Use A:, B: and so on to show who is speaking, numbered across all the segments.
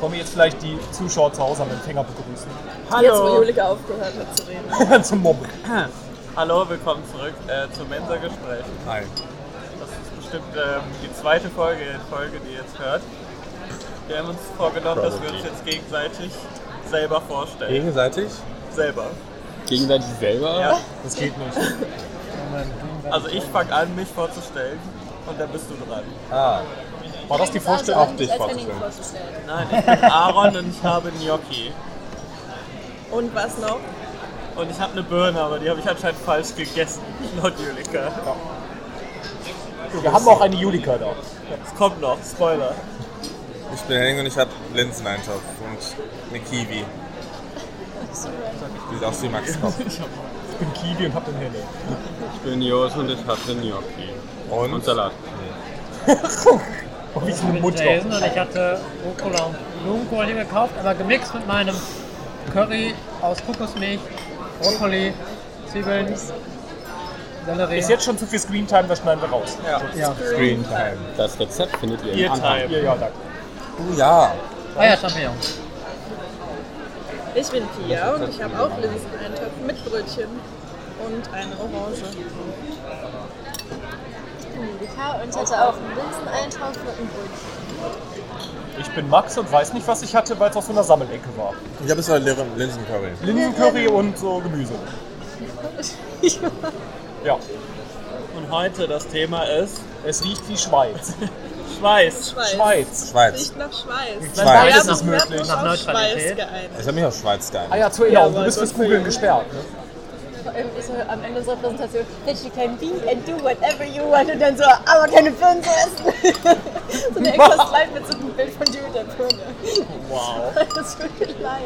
A: wollen wir jetzt vielleicht die Zuschauer zu Hause am Empfänger begrüßen.
B: Jetzt, wo Julika aufgehört hat zu reden.
A: Zum Mobben.
C: Hallo, willkommen zurück äh, zum Mensa-Gespräch.
A: Hi.
C: Das ist bestimmt ähm, die zweite Folge, Folge, die ihr jetzt hört. Wir haben uns vorgenommen, dass wir uns jetzt gegenseitig selber vorstellen.
D: Gegenseitig?
C: Selber.
E: Gegenseitig selber?
C: Ja.
A: Das geht nicht.
C: Also ich fange an, mich vorzustellen und dann bist du dran.
D: Ah,
A: War das die Vorstellung?
D: auch dich vorzustellen.
B: vorzustellen.
C: Nein, ich bin Aaron und ich habe Gnocchi.
B: Und was noch?
C: Und ich habe eine Birne, aber die habe ich anscheinend falsch gegessen. Laut Julika.
A: Wir haben auch eine Julika da.
C: Es kommt noch, Spoiler.
D: Ich bin Henning und ich habe Linseneintopf und eine Kiwi. Die ist aus wie Max Kopf.
A: Ich bin Kiwi und hab den Handy.
E: Ich bin Jos und ich hatte Gnocchi.
D: Und?
E: Und Salat.
A: Und ich
F: Ich
A: eine
F: bin
A: Mutter.
F: Jason und ich hatte Rucola und Blumenkohl hier gekauft, aber gemixt mit meinem Curry aus Kokosmilch, Brokkoli, Zwiebeln, Sellerie.
A: Ist jetzt schon zu viel Screentime, das schneiden wir raus.
F: ja.
D: Green Time.
E: Hm. Das Rezept findet ihr
C: Ihr
E: im Anhang.
C: Time.
A: Ja, ja, danke.
D: Oh ja.
F: Ah ja, Champignon.
B: Ich bin Pia und ich habe auch Linseneintopf mit Brötchen und eine Orange.
G: Ich bin Julika und hatte auch einen Linseneintopf mit einem Brötchen.
A: Ich bin Max und weiß nicht, was ich hatte, weil es aus so einer Sammelecke war.
D: Ich habe es mal Linsencurry.
A: Linsencurry und so Gemüse. Ja,
C: Und heute das Thema ist
A: es riecht wie Schweiz.
C: Schweiß.
B: Schweiß.
A: Schweiz.
D: Schweiz.
B: Riecht nach Schweiß.
D: Schweiß.
B: Wir haben
A: Beides ist
B: uns- wir haben
A: möglich.
B: uns
F: Nach
B: auf Schweiß
F: Neutralität.
D: Ich
B: geeinigt.
D: habe mich auf Schweiz
A: Ah
D: geeinigt.
A: ja, zur Erinnerung,
B: Ja,
A: du bist
B: weil
A: fürs Googeln
B: sonst-
A: gesperrt. Ne?
G: Irgendwie so am Ende unserer Präsentation, bitch, you can be and do whatever you want und dann so, aber keine Birne essen. so eine extra Slide mit so einem Bild von dir mit der Birne.
A: Wow.
G: Das tut mir leid.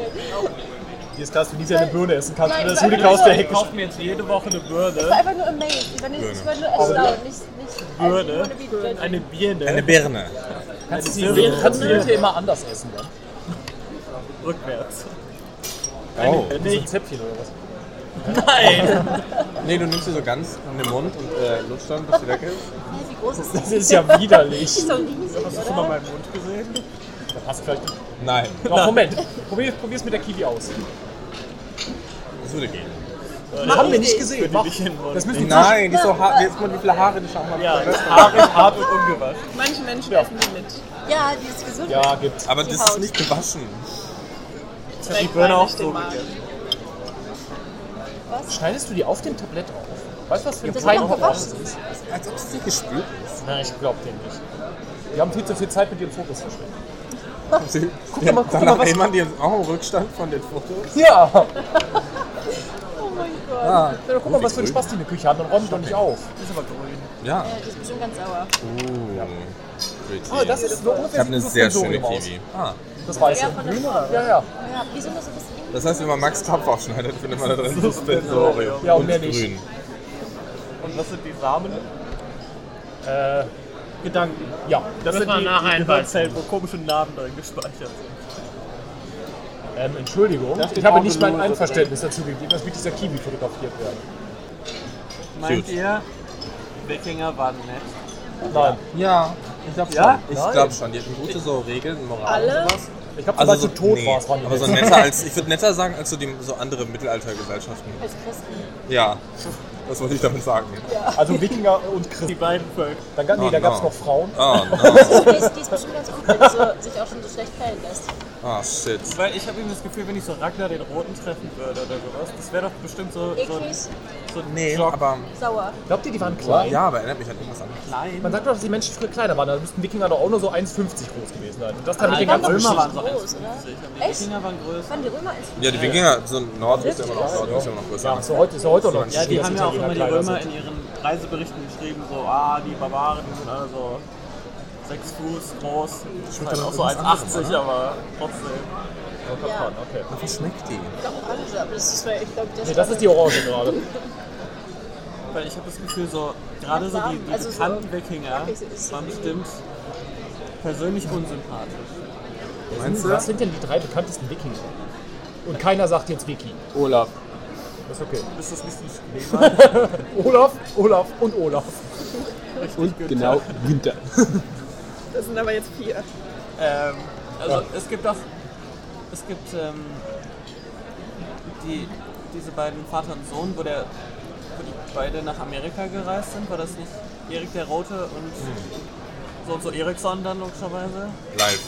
A: Hier ist klar, dass du nie eine Birne essen kannst,
G: Nein,
A: wenn das
G: nein,
A: Julika aus der
G: nein.
A: Hecke
C: Kaufen mir jetzt jede Woche eine
G: Ich war
C: Birne.
G: einfach nur amazed. Ich war, nicht, ich war nur
A: Aber-
G: erstaunt. Nicht, nicht, I didn't wanna be
C: Birne.
G: judged.
C: Eine Birne.
D: Eine Birne.
A: Kannst
C: du die-
A: kannst du die bitte immer anders essen? Ne?
C: Rückwärts.
D: Oh.
C: Eine,
A: So ein
C: nee,
A: Zäpfchen oder was?
C: nein.
D: Nee, du nimmst sie so ganz in den Mund und äh, lutscht dann, bis sie weg ist.
G: Wie groß ist das?
A: Das ist ja widerlich.
G: So riesig,
C: Hast du schon mal
G: oder?
C: meinen Mund gesehen?
A: Da passt vielleicht.
D: Nein.
A: Doch, Moment, probier, probier's mit der Kiwi aus.
D: Das würde gehen.
A: haben wir nicht gesehen.
C: Für die nicht hinwollen.
A: Das müssen wir
D: Nein, die ist so hart. Jetzt mal, wie viele Haare die schon haben.
C: Ja, Haare hart und ungewaschen.
B: Manche Menschen essen die mit.
G: Ja, die ist gesund.
A: Ja, gibt's.
D: Aber das ist nicht gewaschen.
C: Ich hab die Birne auch so
B: Magen.
C: gegessen.
A: Schneidest du die auf dem Tablett auf? Weißt du, was für ein
G: Das war
A: Teil
G: doch
A: das
G: gewaschen.
A: ist?
D: Als ob es nicht gespült
A: Na, ich glaub den nicht. Wir haben viel zu viel Zeit mit den Fotos verschwendet.
D: ist.
A: Guck
D: Ja,
A: mal, guck mal,
D: danach
A: was-
D: reden wir die jetzt auch im Rückstand von den Fotos.
A: Ja!
G: Oh mein Gott.
D: Ah,
A: Ja, guck mal, was für ein Spaß die in der Küche haben und räumt doch nicht auf.
D: Ja.
G: Ja, die ist bestimmt ganz sauer.
D: Uh,
A: Ah, das ist so ungefähr
D: ich habe eine
A: sieht das
D: sehr
A: Sensorium
D: schöne
A: aus.
D: Kiwi. Ah.
A: Das weiß
G: Ja,
A: ich.
G: von der Farbe.
A: Ja, ja.
G: Ja, wieso nur so ein bisschen?
D: Das heißt, wenn man Max Topf aufschneidet, findet man da drin so Sensorium.
A: Ja, und
D: und
A: mehr nicht.
D: grün.
C: Und was sind die Samen?
A: Äh,
C: Gedanken.
A: ja.
C: Das
F: Müssen
C: sind
F: wir
C: die,
F: nachher
C: die
F: einbeißen.
C: Gehirnzellen, wo komische Namen drin gespeichert sind.
A: Ähm, Entschuldigung,
C: Das
A: ich
C: steht
A: habe
C: auch
A: nicht
C: nur
A: mein
C: so
A: Einverständnis dazu gegeben, dass mit dieser Kiwi fotografiert werden.
C: Meint
D: Cute.
C: ihr, Wikinger waren nett?
A: Nein.
D: Ja, ich glaube
C: Ja?
D: schon. Ich
A: Nein.
D: glaube schon. Die hatten gute so Regeln und Moral
B: Alle?
D: und sowas.
A: Ich glaube, sobald du tot
D: nee.
A: warst, waren die
D: Aber Also so
A: weg.
D: netter als, ich würde netter sagen, als so, die, so andere Mittelaltergesellschaften.
G: Als Christen.
D: Ja, das wollte ich damit sagen.
A: Also Wikinger und
C: Die
A: Christen.
C: beiden Völker.
A: Dann, ga- nee,
D: Oh,
A: da gab es
D: no.
A: noch Frauen.
D: Oh, no.
G: Die ist, die ist bestimmt ganz gut, wenn du so, sich auch schon so schlecht fällen lässt.
D: Ah, shit.
C: Weil ich habe irgendwie das Gefühl, wenn ich so Ragnar den Roten treffen würde oder sowas, das wäre doch bestimmt so, so,
G: Eklig,
C: ein- so ein
D: Nee,
C: Jock.
D: aber,
G: sauer.
A: Glaubt ihr, die waren klein?
D: ja, aber erinnert mich an irgendwas anderes.
A: Man sagt doch, dass die Menschen früher kleiner waren. Da müssten Wikinger doch auch nur so 1,50 groß gewesen sein. Und das dann mit
C: Die
A: den
G: waren
A: ganzen
G: doch
C: Römer
A: Geschichten.
C: waren so
G: bestimmt groß,
C: 1,50.
G: oder?
C: Die
G: Echt?
C: Wikinger waren größer.
G: Waren die Römer als
D: Ja, die Wikinger, so Norden ist immer noch, Norden ist immer noch größer.
A: Ja, so heute, ist ja heute noch ein
C: Ja, die
A: Spiel,
C: haben
A: dass
C: ja auch immer die
A: kleiner
C: Römer
A: sind.
C: in ihren Reiseberichten geschrieben, so, ah, die Barbaren die sind alle so sechs Fuß groß. Das ist halt auch so
D: irgendwas anderes,
C: 1,80, aber trotzdem.
G: Ja,
A: Okay.
D: Was schmeckt die?
G: ich glaube auch alle so, aber das ist, ich glaube, das,
A: Nee, das ist die Orange gerade.
C: Weil ich habe das Gefühl, so, gerade so die, die
G: Also so
C: bekannten Wikinger
G: knackig sind sie.
C: waren bestimmt persönlich unsympathisch.
D: Meinst
A: Was
D: du?
A: sind denn die drei bekanntesten Wikinger? Und keiner sagt jetzt Wiki.
E: Olaf.
A: Das ist okay.
C: Ist das nicht so schlimm?
A: Olaf, Olaf und Olaf.
E: Und genau Günther.
B: Das sind aber jetzt vier.
C: ähm, Also es gibt auch, es gibt ähm, die, diese beiden Vater und Sohn, wo, der, wo die beide nach Amerika gereist sind. War das nicht Erik der Rote und so und so Eriksson dann logischerweise?
D: Live.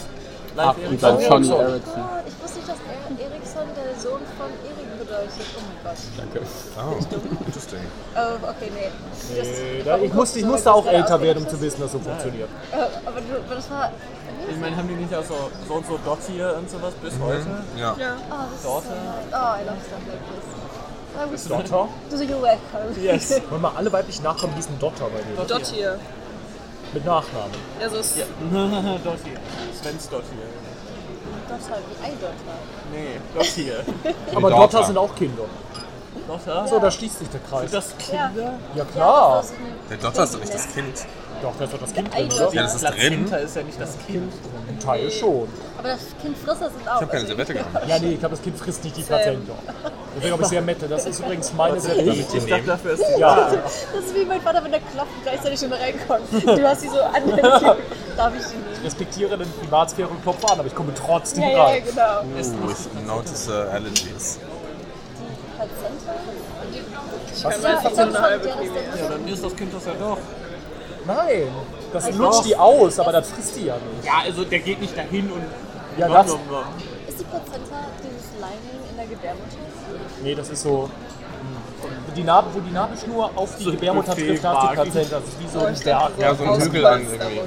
E: Ab
C: Live
E: und dann
C: Eriksson.
E: Johnny
A: so.
E: Erickson.
G: Ah, ich wusste nicht, dass Aaron Eriksson der Sohn von Erik bedeutet. Oh mein Gott.
E: Danke.
D: Oh, interesting.
G: Äh, okay, nee. Das,
A: Äh, da-
G: warum
A: Ich musste, ich
G: guckst
A: musste
G: du heute
A: auch
G: gerade
A: älter werden, um
G: ausgerechnet?
A: zu wissen, dass so funktioniert.
G: Äh, aber, du, aber das war.
C: Ich meine, haben die nicht auch so, so und so Dottier und sowas bis heute?
D: Ja.
B: Ja.
G: Oh, das ist so
C: Daughter.
G: nice. Oh, I love stuff like this. Na gut.
A: Dotter?
G: Du so, you're welcome.
C: Yes.
A: Wollen mal alle weiblichen Nachkommen hießen Dotter bei dir.
B: Dot hier.
A: Mit Nachnamen.
B: Ja, so ist
C: Ja. Dottier. Sven's Dottier.
G: Dotter, wie ein Dotter.
C: Nee, Dottier.
A: Aber
D: Dotter.
A: Dotter sind auch Kinder.
C: Dotter?
A: So, da schließt sich der Kreis.
C: Sind das Kinder?
A: ja klar.
G: Das ist ein-
D: Der Dotter ist doch nicht das Kind.
A: Doch, das wird das Kind
G: Ei,
A: drin, oder?
G: Dotter.
D: Ja, das ist drin.
C: Plazenta ist ja nicht das Kind.
A: Ein Teil schon.
G: Aber das Kindfrisser sind auch.
D: Ich habe keine Servette genommen.
A: Ja, nee, ich glaube, das Kind frisst nicht die Plazenta. Deswegen habe ich sehr Mette. Das ist übrigens meine Serie.
D: Ich
C: dachte,
D: nehme.
C: dafür ist die
A: Ja.
G: Das ist wie mein Vater, wenn der Klopfen gleichzeitig schon reinkommt. Du hast die so an der Tür. Darf ich die nehmen?
A: respektiere den Privatsphäre und klopfe an, aber ich komme trotzdem
G: Ja, ja,
A: rein.
G: genau.
D: Oh, ich notice allergies.
G: Plazenta?
A: Was?
G: Ja, ich glaube,
B: eine halbe
G: der ist
B: Kiwi.
G: der
C: Ja, dann ist das Kind das ja doch.
A: Nein, das
G: Ich
A: lutscht
G: auch.
A: die aus, aber das frisst die ja nicht.
C: Ja, also der geht nicht dahin und.
A: Ja,
C: Nom,
A: das,
C: nom, nom.
G: Ist die Plazenta dieses Lining in der Gebärmutter?
A: nee, das ist so... Wo die, Narbe, wo die Nabelschnur auf die
C: So ein
A: Gebärmutter
C: Buffet
A: trifft, da ist die
C: Bargain.
A: Plazenta. Das ist wie so
B: Oh,
A: ein
B: ich dachte,
A: Berg.
D: Ja, so ein Hügel an irgendwie.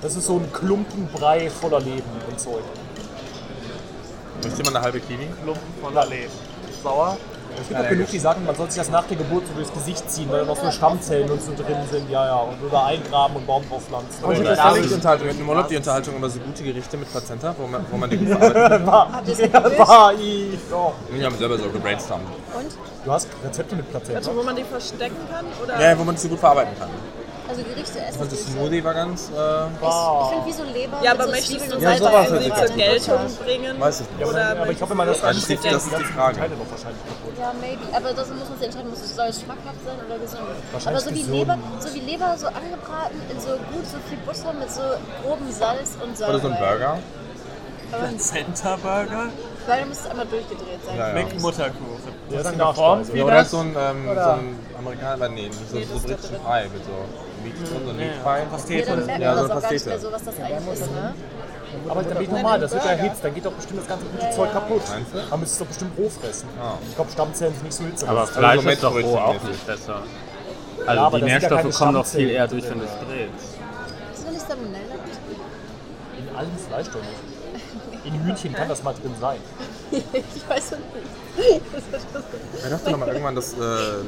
A: Das ist so ein Klumpenbrei voller Leben und Zeug.
D: Möchte jemand eine halbe Kiwi?
C: Klumpen voller Leben. Sauer.
A: Es gibt auch genug, die sagen, man soll sich das nach der Geburt so durchs Gesicht ziehen, weil da noch so Stammzellen und so drin sind, ja, ja, und oder eingraben und Baum draufpflanzen.
D: Ich
A: Ja,
D: habe
A: ja.
D: das die Unterhaltung mit dem Urlaub, die Unterhaltung über so gute Gerichte mit Plazenta, wo man, wo man die gut verarbeitet hat.
A: War, war ich doch.
D: Wir haben selber so gebrainstormt.
G: Und?
A: Du hast Rezepte mit Plazenta?
B: Warte, Also, wo man die verstecken kann? Oder?
D: Ja, wo man die so gut verarbeiten kann.
G: Also Gerichte essen.
D: Also
G: Gerichte.
D: Smoothie war ganz, äh,
G: Ich, ich finde wie so Leber.
B: Ja, aber
G: mit
D: Also
G: so
B: möchtest
G: Zwiebeln
B: du
G: und
D: Ja,
B: Salz
G: Salz
D: sowas
G: auf
B: irgendwie
D: hätte ich
B: zur
D: ganz
B: Geltung bringen?
D: weiß ich nicht.
A: Ja, aber, dann, aber ich hoffe mal, dass
D: Das ist die- das ist die Frage.
A: Teile noch wahrscheinlich kaputt.
G: Ja, maybe. Aber das muss man sich entscheiden, muss es soll es schmackhaft sein oder gesund. Aber
A: Wahrscheinlich
G: so wie
A: gesund.
G: Leber, so wie Leber so angebraten in so gut, so viel Butter mit so grobem Salz und Salz.
D: oder so ein Burger.
C: Plazenta Burger.
G: Weil du musst einmal durchgedreht sein.
D: Ja, ja.
C: Schmeckt Mutterkuchen.
A: Ja, das ist eine
D: Ja,
A: Nachspeise.
D: Oder halt so ein, ähm, so
A: Oder-
D: ein Amerikaner, nee, nicht so, so britischen Pie mit so Meat, so ein Meat Pie.
G: Ja, dann merkt
D: Ja,
G: man
D: so eine
G: das auch gar nicht mehr
D: Pastete.
G: so, was das eigentlich ist, ne?
A: Aber dann bin ich normal, das wird ja erhitzt, dann geht doch bestimmt das ganze gute Zeug kaputt. Dann müsstest du doch bestimmt roh fressen.
D: Ah.
A: Ich glaube, Stammzellen sind nicht so hitzig.
E: Aber
D: Fleisch
E: Fleisch
D: ist
E: ist doch
D: Mettbrötchen
E: roh auch
D: mäßig.
E: nicht besser.
A: Ja,
E: Also
A: aber
E: die
A: da sind ja
E: Nährstoffe
A: keine
E: kommen doch
A: Stammzellen
E: viel eher durch,
A: drin.
E: wenn du es drehst.
G: Ist doch nicht Salmonella?
A: in allem Fleisch doch nicht. In Hühnchen kann das mal drin sein.
G: ich weiß es nicht. Das ist das-
D: Wer dachte nochmal irgendwann, dass äh,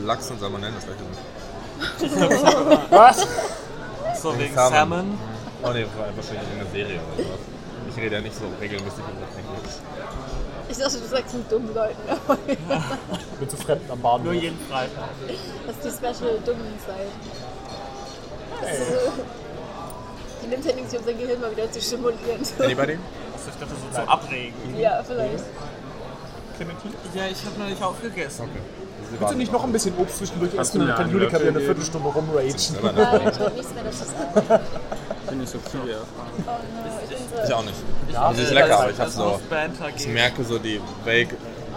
D: Lachs und Salmonellen das gleiche sind?
A: Was?
C: So wegen
D: Salmon.
C: Salmon.
D: Oh ne, das war einfach schon in der Serie oder sowas. Ich rede ja nicht so regelmäßig über Englisch.
G: Ich dachte, du sagst mit dummen Leuten, aber
A: Ich bin zu fremd am
C: Nur
A: Bahnhof.
C: jeden Freitag.
G: das ist die special dummen Zeit. Das ist so- Die nimmt halt nichts, um sein Gehirn mal wieder zu stimulieren.
D: Anybody?
C: Also ich dachte so zu abregen.
G: Ja, vielleicht.
C: Ja, ich habe noch nicht aufgegessen.
D: Okay. Sie
A: Kannst du
D: warten
A: nicht noch ein bisschen Obst zwischendurch
E: Hast
A: essen
E: du
A: und dann
E: mir
A: kann
E: einen
A: Julika wieder eine
E: Löffel
A: Viertelstunde rumragen?
D: Selber
G: Ja,
D: nachdenken.
G: ich habe nichts mehr dazu zu sagen.
E: Finde ich so viel.
G: Oh no, ich bin so.
D: Ich auch nicht.
A: Ja, äh,
D: Also ist lecker, aber ich hab
C: Es
D: so-
C: muss Banter
D: Ich
C: geben.
D: merke so die Vague,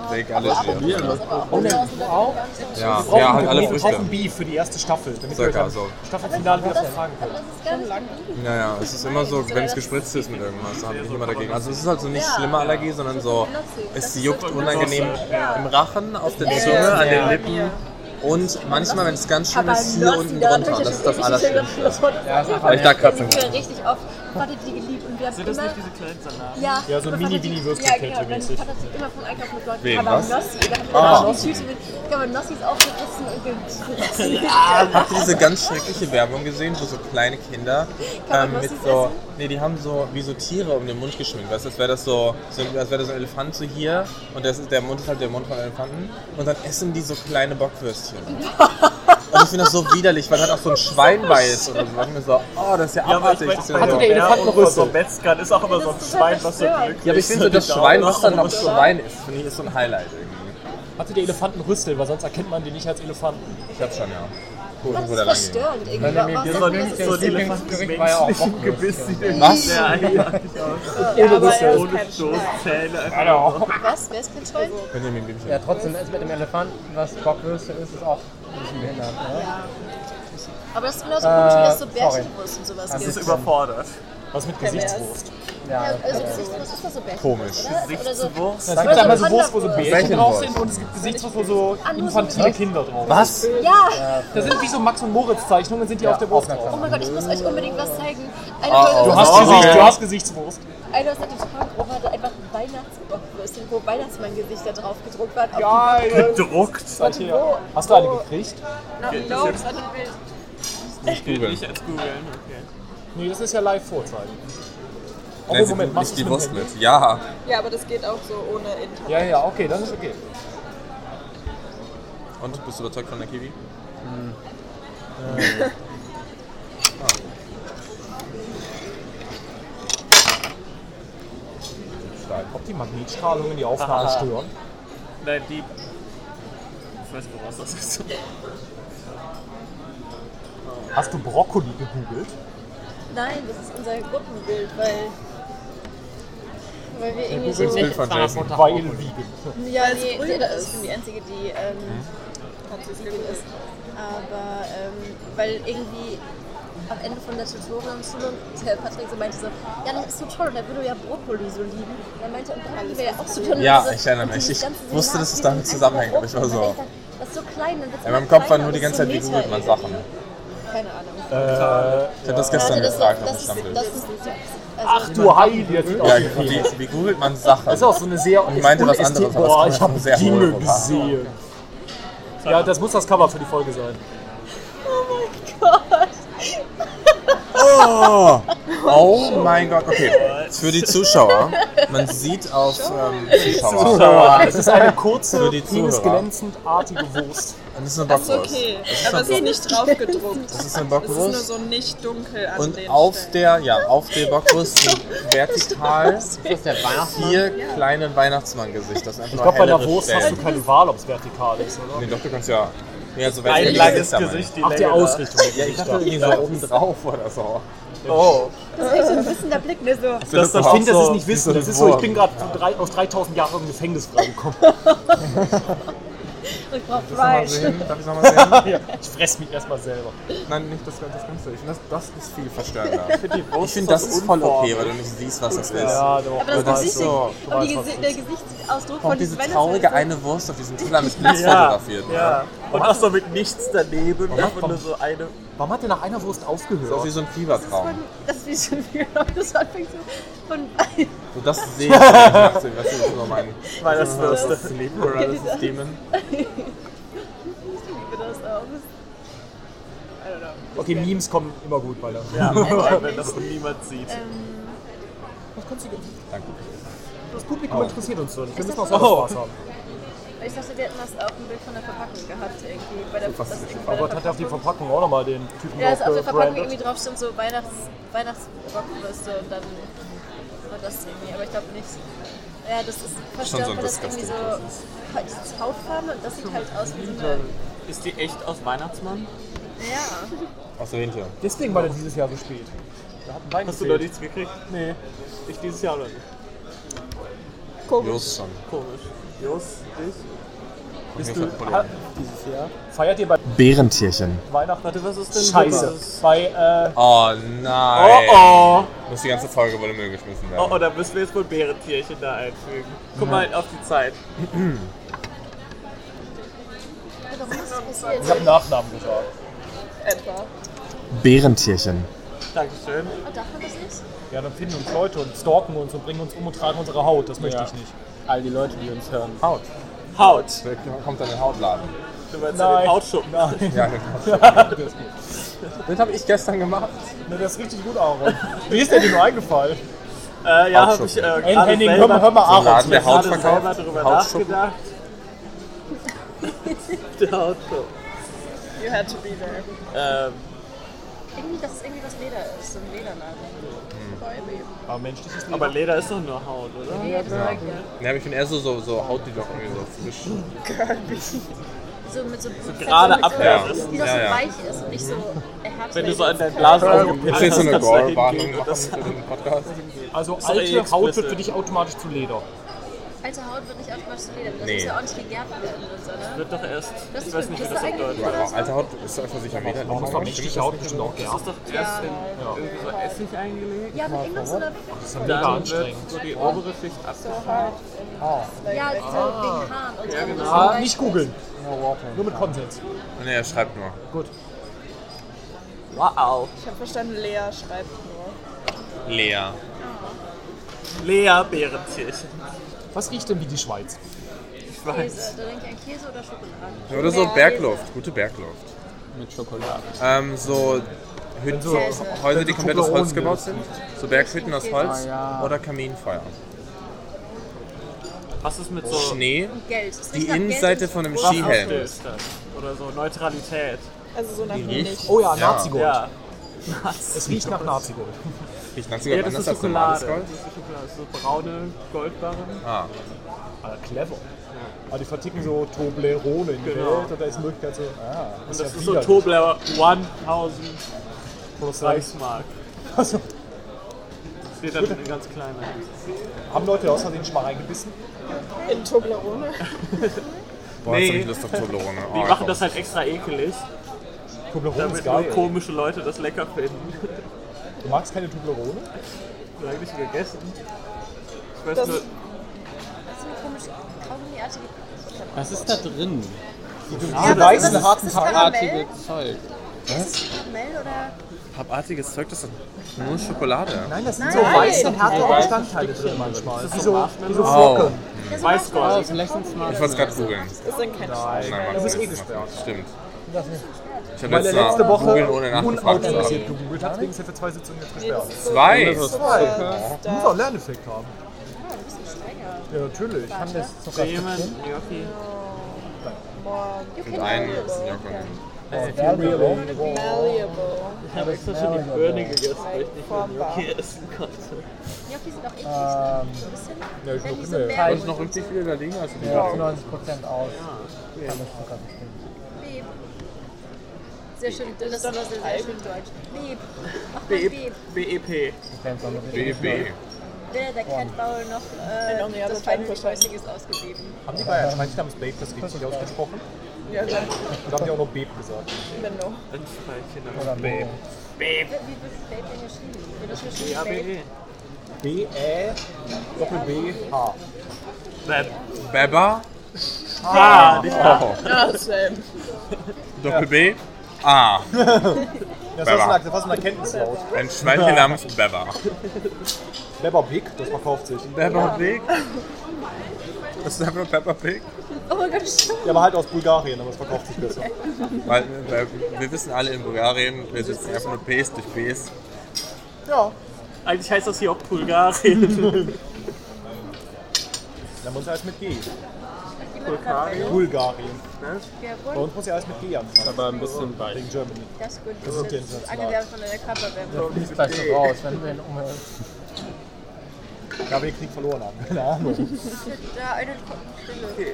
D: vague
G: Aber
A: Also
G: ab und zu
D: Allergie.
G: das aber auch. Und das auch.
D: Ja,
A: Wir brauchen
D: ja, halt alle
A: wir brauchen
D: Früchte.
A: Beef für die erste Staffel, damit wir
D: Circa
A: euch
D: so.
A: am Staffelfinale wieder fragen
G: Aber
A: können.
G: das ist gar nicht lang.
D: Ja, ja, es ist immer so, wenn es gespritzt ist mit irgendwas, dann bin ich immer dagegen. Also es ist halt so nicht schlimme Allergie, sondern so, es juckt unangenehm im Rachen, auf der Zunge, an den Lippen. Und manchmal, wenn es ganz schlimm ist, hier unten drunter. Das ist das Allerschlimmste.
G: Weil
D: ich da kratzen
G: Ich richtig oft. Mein Vater hat die geliebt und wir haben
C: Sind das
G: immer.
C: nicht diese kleinen Salate?
G: Ja,
A: Ja, so
G: mein Vater hat die-
A: Mini-Mini-Würstchen-Kette
G: Ja, genau. Mein
A: mäßig.
G: Vater hat die immer vom Einkauf mitgebracht.
D: Wem, was?
G: Cabanossi. Da haben wir
D: Ah.
G: dann die Tüte mit Cabanossis aufgerissen und gefressen.
D: Habt ihr diese ganz schreckliche Werbung gesehen, wo so kleine Kinder
G: Kann man
D: ähm,
G: was
D: mit
G: nicht
D: so,
G: essen?
D: nee, die haben so wie so Tiere um den Mund geschminkt, weißt du, als wäre das so, so als wäre das so ein Elefant so hier und das ist der Mund ist halt der Mund von Elefanten und dann essen die so kleine Bockwürstchen.
G: Mhm.
D: Und ich finde das so widerlich, weil halt auch so ein Schwein bei ist oder so. Und ich mir so, oh, das ist ja abartig. das ist ja, so.
A: der
D: ja,
A: Elefantenrüssel?
C: So Metzgern ist auch immer so ein
G: ist
C: Schwein, was so
G: total
C: glücklich
D: aber ich finde so das Schwein, was dann noch Schwein ist, finde ich, ist so ein Highlight irgendwie.
A: Hatte die Elefantenrüstel, weil sonst erkennt man die nicht als Elefanten.
D: Ich hab schon, ja. gucken,
G: Das
D: wo
G: ist
D: der lang geht.
G: verstörend irgendwie.
F: Meine
G: Warum
F: Lieblings-
G: sagt man
F: Lieblings-
G: das jetzt?
F: Lieblingsgericht war ja auch Bockwürstchen.
D: Was?
C: Ja, eigenartig aus.
G: Ja, aber
A: Rüssel.
G: er ist
C: Ohne
G: kein Schwein.
C: Stoßzähne. einfach
G: Was? Wer ist kein Schwein?
D: Benjamin Blümchen.
F: Ja, trotzdem ist mit dem Elefanten, was Bockwürstchen ist, ist auch ein bisschen behindert. Ne?
G: Aber das ist genauso komisch, wie das so
F: Äh,
G: Bärchenwurst und sowas
C: Das ist
G: gibt.
C: überfordert.
A: Was mit Gesichtswurst?
F: Ja,
G: Ja, also Gesicht, was ist das so Bärchen?
D: Komisch.
G: Oder, oder so,
C: Gesichtswurst.
A: Es gibt
G: so
A: einmal so
G: ein
A: Wurst, wo so
G: Konterwurst.
A: Bärchen drauf
D: Bärchenwurst.
A: sind und es gibt Gesichtswurst, wo so
G: Ah, nur so
A: infantile
G: Bärchen.
A: Kinder drauf sind.
D: Was?
G: ja!
A: Das sind wie so Max- und Moritz-Zeichnungen, sind die auf der Wurst
G: Oh
A: drauf.
F: aufmerksam.
G: mein Gott, ich muss euch unbedingt was zeigen.
D: Oh, oh.
A: Du
G: Einer
A: hast,
D: Oh.
A: Gesicht, du hast Gesichtswurst.
G: eine aus der Tagenkroche hatte einfach ein Weihnachtsbockwürstchen, wo Weihnachtsmann-Gesichter drauf gedruckt waren. auf
A: Geil!
C: Gedruckt.
A: Seid ihr- Hast du eine gekriegt?
G: die- No, das war ein Bild.
C: Nicht als googeln, okay.
A: Nee, das ist ja live vorzeigen. Oh,
D: Nein,
A: Moment,
D: sie gucken
A: machst
D: nicht die
A: du es
D: Wurst
A: mit dem
D: mit. Ja.
B: Ja, aber das geht auch so ohne Internet.
A: Ja, ja, okay, dann ist okay.
D: Und bist du überzeugt von der Kiwi?
A: Ob die Magnetstrahlungen die Aufnahme
C: Aha.
A: stören?
C: Nein, die. Ich weiß nicht, woraus das ist.
A: Hast du Brokkoli gegoogelt?
G: Nein, das ist unser Gruppenbild, weil. Weil wir irgendwie so.
D: Das Bild von Jason.
A: Weil vegan.
G: Ja, nee,
B: grün
G: das
B: ist.
G: ist die einzige, die ähm,
D: Mhm.
G: vegan ist. Aber ähm, weil irgendwie am Ende von der Tutorial-Schule der Patrick so meinte so, ja, das ist so toll, da würde ja Brokkoli so lieben. Dann meinte er, und Brokkoli wäre ja auch so toll. Und
D: Ja,
G: dann so-
D: ich erinnere
G: und
D: mich.
G: dieses
D: Ich
G: ganze Salat
D: wusste, dass es
G: mit
D: damit
G: dem
D: zusammenhängt,
G: einzelnen
D: aber ich war
G: Brokkoli.
D: so-
G: Und dann dachte ich, Das ist so klein, dann wird's
D: Ja,
G: immer
D: meinem Kopf war
G: kleiner,
D: nur die
G: das
D: ganze
G: ist
D: Zeit, wie
G: so
D: googelt man
G: Meter
D: Sachen.
G: irgendwie. Keine Ahnung.
A: Äh,
D: Ich habe das gestern
G: Ja, das ist-
D: gefragt auf dem
G: das ist-
D: Stammtisch.
G: das ist- also-
A: Ach du Heilige, jetzt geht auch
D: Ja,
A: die Idee.
D: wie, wie googelt man Sachen?
A: Das ist auch so eine sehr
D: Ich meinte was anderes, aber das
A: Boah,
D: kann
A: ich
D: man
A: habe
D: sehr
A: Dinge
D: wohl machen.
A: gesehen. Ja, das muss das Cover für die Folge sein.
D: Oh, oh mein Gott, okay. Für die Zuschauer, man sieht auf ähm, Zuschauer.
A: Zuschauer, es ist eine kurze,
D: Für die Zuhörer.
A: penisglänzendartige Wurst.
D: Und das ist eine
B: Das ist
D: Bockwurst.
B: okay,
D: Das ist
B: aber
D: eine
B: es ist
D: Bockwurst.
B: nicht drauf gedruckt.
D: Das ist eine
B: Es ist nur
D: Bockwurst.
B: so nicht dunkel an
D: Und
B: den
D: auf
B: Stellen.
D: der, ja, auf der Bockwurst sind vertikal
F: Ist das der Weihnachtsmann?
D: vier kleine Weihnachtsmann-Gesichter. Das sind einfach
A: Ich
D: nur
A: glaube, bei der
D: hellere
A: Wurst hast du
D: Stellen.
A: keine Wahl, ob es vertikal ist, oder?
D: Nee, doch, du kannst ja. Ja, so
C: Ein
D: welche
C: langes
D: Gesichter meine ich.
C: Gesicht, die
A: Ach, die
C: Länge.
A: Ausrichtung. der
D: Ja, ich dachte
A: Gesichter.
D: irgendwie so oben drauf oder so.
C: Oh,
G: Das ist echt so ein bisschen der Blick, ne? So.
A: Das, das, ich
D: war
A: finde, das
D: auch
A: ist nicht Wissen.
D: wie
A: Das ist
D: eine
A: so, ich bin
D: Wurm.
A: gerade drei, aus 3000 Jahren im Gefängnis freigekommen.
G: Ich brauch
D: Darf
G: Fleisch.
D: ich nochmal sehen? Darf ich nochmal
A: Ich fress mich erstmal selber.
D: sehen? Nein, nicht das, das Ganze. Ich finde, das, das ist viel verstörender.
C: für die Wurst
D: Ich finde, das
C: was
D: ist voll okay,
C: Unform.
D: weil du nicht siehst, was das ist.
A: doch.
G: Aber das Gesicht,
D: so-
G: aber die Gesi der Gesichtsausdruck von
D: Kommt
G: diesem
D: diese
G: Weihnachtsmann
D: traurige
G: ist so-
D: eine Wurst auf diesem Teller mit Blitz
C: Ja,
D: fotografiert. ne?
C: ja. Und auch so mit nichts daneben.
A: Warum-
C: Einfach nur so eine.
A: Warum hat der nach einer Wurst
D: Das ist
A: aufgehört?
D: wie so ein
G: von,
D: Fiebertraum.
G: das ist wie schon viel, das anfängt so von
D: So, das sehe ich. Weißt du, das ist so mein
C: Weihnachtswürste.
D: Sleep Paralysis Demon.
G: wie das auch ist.
A: Okay, Memes kommen immer gut bei der.
C: Ja, wenn das niemand sieht.
A: Was kannst du
D: Danke.
A: Das Publikum interessiert uns so nicht. Wir
G: Ist
A: müssen auch
G: das
A: selber Spaß haben.
G: Ich dachte, wir hätten das auf dem Bild von der Verpackung gehabt irgendwie. Bei der,
D: fast
G: das
D: nicht.
G: irgendwie bei
A: Aber
G: der
A: Gott hat ja auf die Verpackung auch nochmal den Typen
G: Ja,
A: drauf
G: also auf der Verpackung
A: gebrandet.
G: irgendwie drauf stand so Weihnachts Weihnachtsbockwürste und dann war das irgendwie, aber ich glaube nicht. Ja, das ist verstört,
D: so ein
G: weil das irgendwie so halt
D: disgusting
G: dieses Hautfarbe und das sieht halt aus wie so eine.
C: Ist die echt aus Weihnachtsmann?
G: Ja.
D: Außer Hähnchen.
A: Deswegen war der dieses Jahr so spät. Da hat ein Wein
C: Hast du da
A: gefehlt.
C: nichts gekriegt?
A: Nee.
C: Ich dieses Jahr oder nicht?
D: Los schon.
C: Komisch. Jos, dich?
A: Bist
D: mir
A: du,
D: ist das
A: ha, dieses Jahr? Feiert ihr bei
D: Bärentierchen.
A: Weihnachten?
C: Warte, was ist denn
A: Scheiße.
C: Dieses?
A: Bei, äh,
D: Oh nein.
C: Oh oh!
D: Muss die ganze Folge über den Müll geschmissen
C: Oh oh,
D: werden.
C: da müssen wir jetzt wohl Bärentierchen da einfügen. Guck mal auf die Zeit.
G: Warum ist das passiert?
A: ich habe Nachnamen gesagt.
B: Etwa.
D: Bärentierchen.
C: Dankeschön.
G: Und darf man das nicht?
A: Ja, dann finden uns Leute und stalken uns und bringen uns um und tragen unsere Haut. Das möchte ich nicht.
E: All die Leute, die uns hören.
D: Haut.
C: Haut.
D: Der kommt an den Hautladen.
C: Du meinst ja
A: Nein.
C: den Hautschuppen.
A: Nein.
D: Ja, genau. Das habe ich gestern gemacht.
A: Ne, das ist richtig gut, Aaron. Wie ist der dir nur eingefallen?
C: Äh, ja, hab ich äh,
D: Hautschuppen.
C: gerade
A: Hen- Henning, hör mal,
C: selber,
A: hör mal
D: So
A: Aaron.
D: ein Laden, der Haut
C: gerade selber
D: verkauft.
C: drüber
D: Hautschuppen.
C: nachgedacht. der Hautschuppen.
B: You had to be there.
C: Ähm,
G: Irgendwie, dass es irgendwie was Leder ist, so ein Lederladen.
A: Aber menschliches Leben.
C: aber Leder ist doch nur Haut, oder?
D: Ja, aber ich bin eher so, so, so Haut, die doch irgendwie so frisch.
G: so mit so, so
C: gerade
G: mit so,
C: abwärts.
G: Die doch so
D: Ja, ja.
G: weich ist und nicht so erhärtet.
C: Wenn du so an deinen Blasen
D: Willst
C: aufgepinnt
D: du jetzt so
C: kannst du
D: eine
C: da hingehen
D: Gore-Warnung
C: und
D: machen
C: das-
D: für den Podcast?
A: Also
C: Sorry,
A: alte Haut wird
C: explicit.
A: für dich automatisch zu Leder.
G: Alte Haut wird nicht automatisch zu Leder. Das
D: Nee.
G: muss ja auch nicht gegerbt werden oder so, ne?
C: Wird doch erst.
G: Das
C: Ich weiß nicht, wie
G: ist
C: das auf
G: eigentlich-
C: Deutsch
D: Wow, alte Haut ist einfach sicher widerlich.
A: Man muss doch menschliche Haut bestimmt auch
C: Das ist
A: geerbt.
C: doch erst in irgendwie so Essig eingelegt.
G: Ja, mit irgendwas so einer
A: Das ist mega
C: Dann wird
A: anstrengend.
C: so die obere Schicht abgeschnitten.
D: Ah.
G: Ja, so wegen Haaren und
D: genau.
G: so.
A: Ah, nicht googeln. Nur mit Konsens.
D: Nee, er schreibt nur.
A: Gut.
C: Wow.
B: Ich habe verstanden, Lea schreibt nur.
D: Lea.
C: Lea Bärenzierchen.
A: Was riecht denn wie die Schweiz?
C: Ich weiß.
G: Käse. Da denke ich an Käse oder Schokolade.
D: Oder so Bergluft, gute Bergluft.
E: mit Schokolade.
D: Ähm, so Hütten, so Häuser, die komplett aus Holz gebaut sind. So Berghütten aus Holz oder Kaminfeuer.
C: Was ist mit so
D: Schnee,
G: Geld. Es riecht
D: die
G: nach Geld
D: Innenseite
G: und-
D: von einem
G: Oder
D: Skihelm.
C: Stillstand? Oder so Neutralität?
B: Also so nach
D: Riecht,
A: Oh ja,
D: Ja.
A: Nazigold.
C: Ja.
A: Es riecht nach Nazigold.
D: riecht ganz
C: Ja,
D: sogar
C: das
D: anders
C: ist
D: als normales
C: Schokolade.
D: Gold.
C: Das ist Schokolade. So braune Goldbarren.
D: Ah,
A: Ah, clever. Aber die verticken so Toblerone in die
C: Genau.
A: Welt und da ist Möglichkeit so. Ah,
C: Und
A: ist
C: das
A: ja
C: ist so
A: widerlich.
C: Tobler 1000
A: Plus eins.
C: Reichsmark.
A: Also,
C: Steht dann in ganz kleiner.
A: Haben Leute aus Versehen schon mal reingebissen?
B: In Toblerone.
D: boah, jetzt hab ich
C: Nee.
D: Lust auf Ah, Toblerone.
C: Die machen das halt extra ekelig,
A: Toblerone ist
C: damit nur
A: geil.
C: komische Leute das lecker finden.
A: Du magst keine Toblerone?
C: Ich hab nicht gegessen. Ich weiß
B: Das-
C: nur,
G: Das ist eine komische Kaugummiartige.
E: Was ist da drin?
A: Du
G: Ja, was-
A: weißen
G: was-
A: harten
G: ist das
A: Tag.
G: Karamell?
E: Artiges Zeug.
G: Karamell oder?
D: Habartiges Zeug, das ist nur Schokolade.
A: Nein, das sind
G: Nein.
A: harte Bestandteile drin manchmal. Wie so, wie so
D: Oh,
A: Flocken.
G: Ja, so
C: Weißgold.
G: manchmal
E: Also vielleicht sind es mal
D: ich wollte es gerade googeln.
B: Das sind keine
A: Nein.
D: Nein,
A: Das ist eh
D: macht
A: gesperrt.
D: nicht. Stimmt. Ich
A: Weil
D: habe
A: er
D: letzte,
A: letzte
D: googeln
A: Woche
D: ohne nachgefragt zu
A: unautorisiert
D: haben.
A: gegoogelt hat, deswegen ist er für zwei Sitzungen jetzt
B: Nee,
A: gesperrt.
B: das ist so
D: Zwei.
B: Zucker.
A: Muss auch einen Lerneffekt haben.
G: ein bisschen strenger.
A: Ja, natürlich.
C: Bremen, Gnocchi.
B: Boah,
D: Und einen Joghurt.
B: malleable.
C: Ich habe extra schon die Birne gegessen, weil ich nicht mehr
B: Formbar.
C: Gnocchi essen konnte.
G: Gnocchi sind auch eklig, ne? So ein bisschen.
A: Ähm, Ja, ich
G: Wenn die
A: guck
G: so
A: mir.
G: Berg-
D: noch richtig viel da liegen? Also die Ah,
H: Ja, 90% aus.
G: Beb. Sehr schön, das ist aber sehr, sehr schön deutsch. Beb. Mach mal Beb.
C: BEP.
D: BB.
G: Weder der Cat Bowl noch
B: only
G: äh,
B: other
G: das Final
B: time for
G: Choice ist ausgeblieben.
A: Haben die bei einem Schweinchen namens Babe das richtig ausgesprochen?
B: Ja, dann
A: Und haben die auch noch Babe gesagt.
B: Menno.
C: Rindschweinchen.
A: Babe.
G: Wie wird Babe denn geschrieben? Wird das geschrieben? Babe?
C: BABE.
A: B-E, Doppel-B-H.
C: Bab.
D: Beba.
C: Ah, nicht
D: Oh.
B: Ah, same.
D: Doppel B. Ah,
A: Das
D: Beba.
A: war fast ein Erkenntniswort.
D: ein Schweinchen namens Beba.
A: Clever Big, das verkauft sich. Ja,
D: Beba Pig? Das ist einfach Peppa Pig.
G: Oh mein Gott, stimmt.
A: aber halt aus Bulgarien, aber es verkauft sich besser.
D: Weil, äh, weil wir wissen alle in Bulgarien, wir sitzen einfach nur Ps durch Ps.
C: Eigentlich heißt das hier auch Bulgarien.
A: Dann muss ja alles mit G.
G: Bulgarien.
A: Bulgarien.
G: Wir
A: Bei
G: wollen
A: uns muss ja alles mit G anfangen.
E: Aber ein bisschen weich.
A: Wegen Germany.
G: das gut.
A: Das ist
G: Das ist
A: international.
G: angewerben von der Körperwärme.
H: Fließt gleich so raus, wenn du ihn umhörst.
A: Da wir den Krieg verloren haben. Keine Ahnung.
G: Da eine Stille.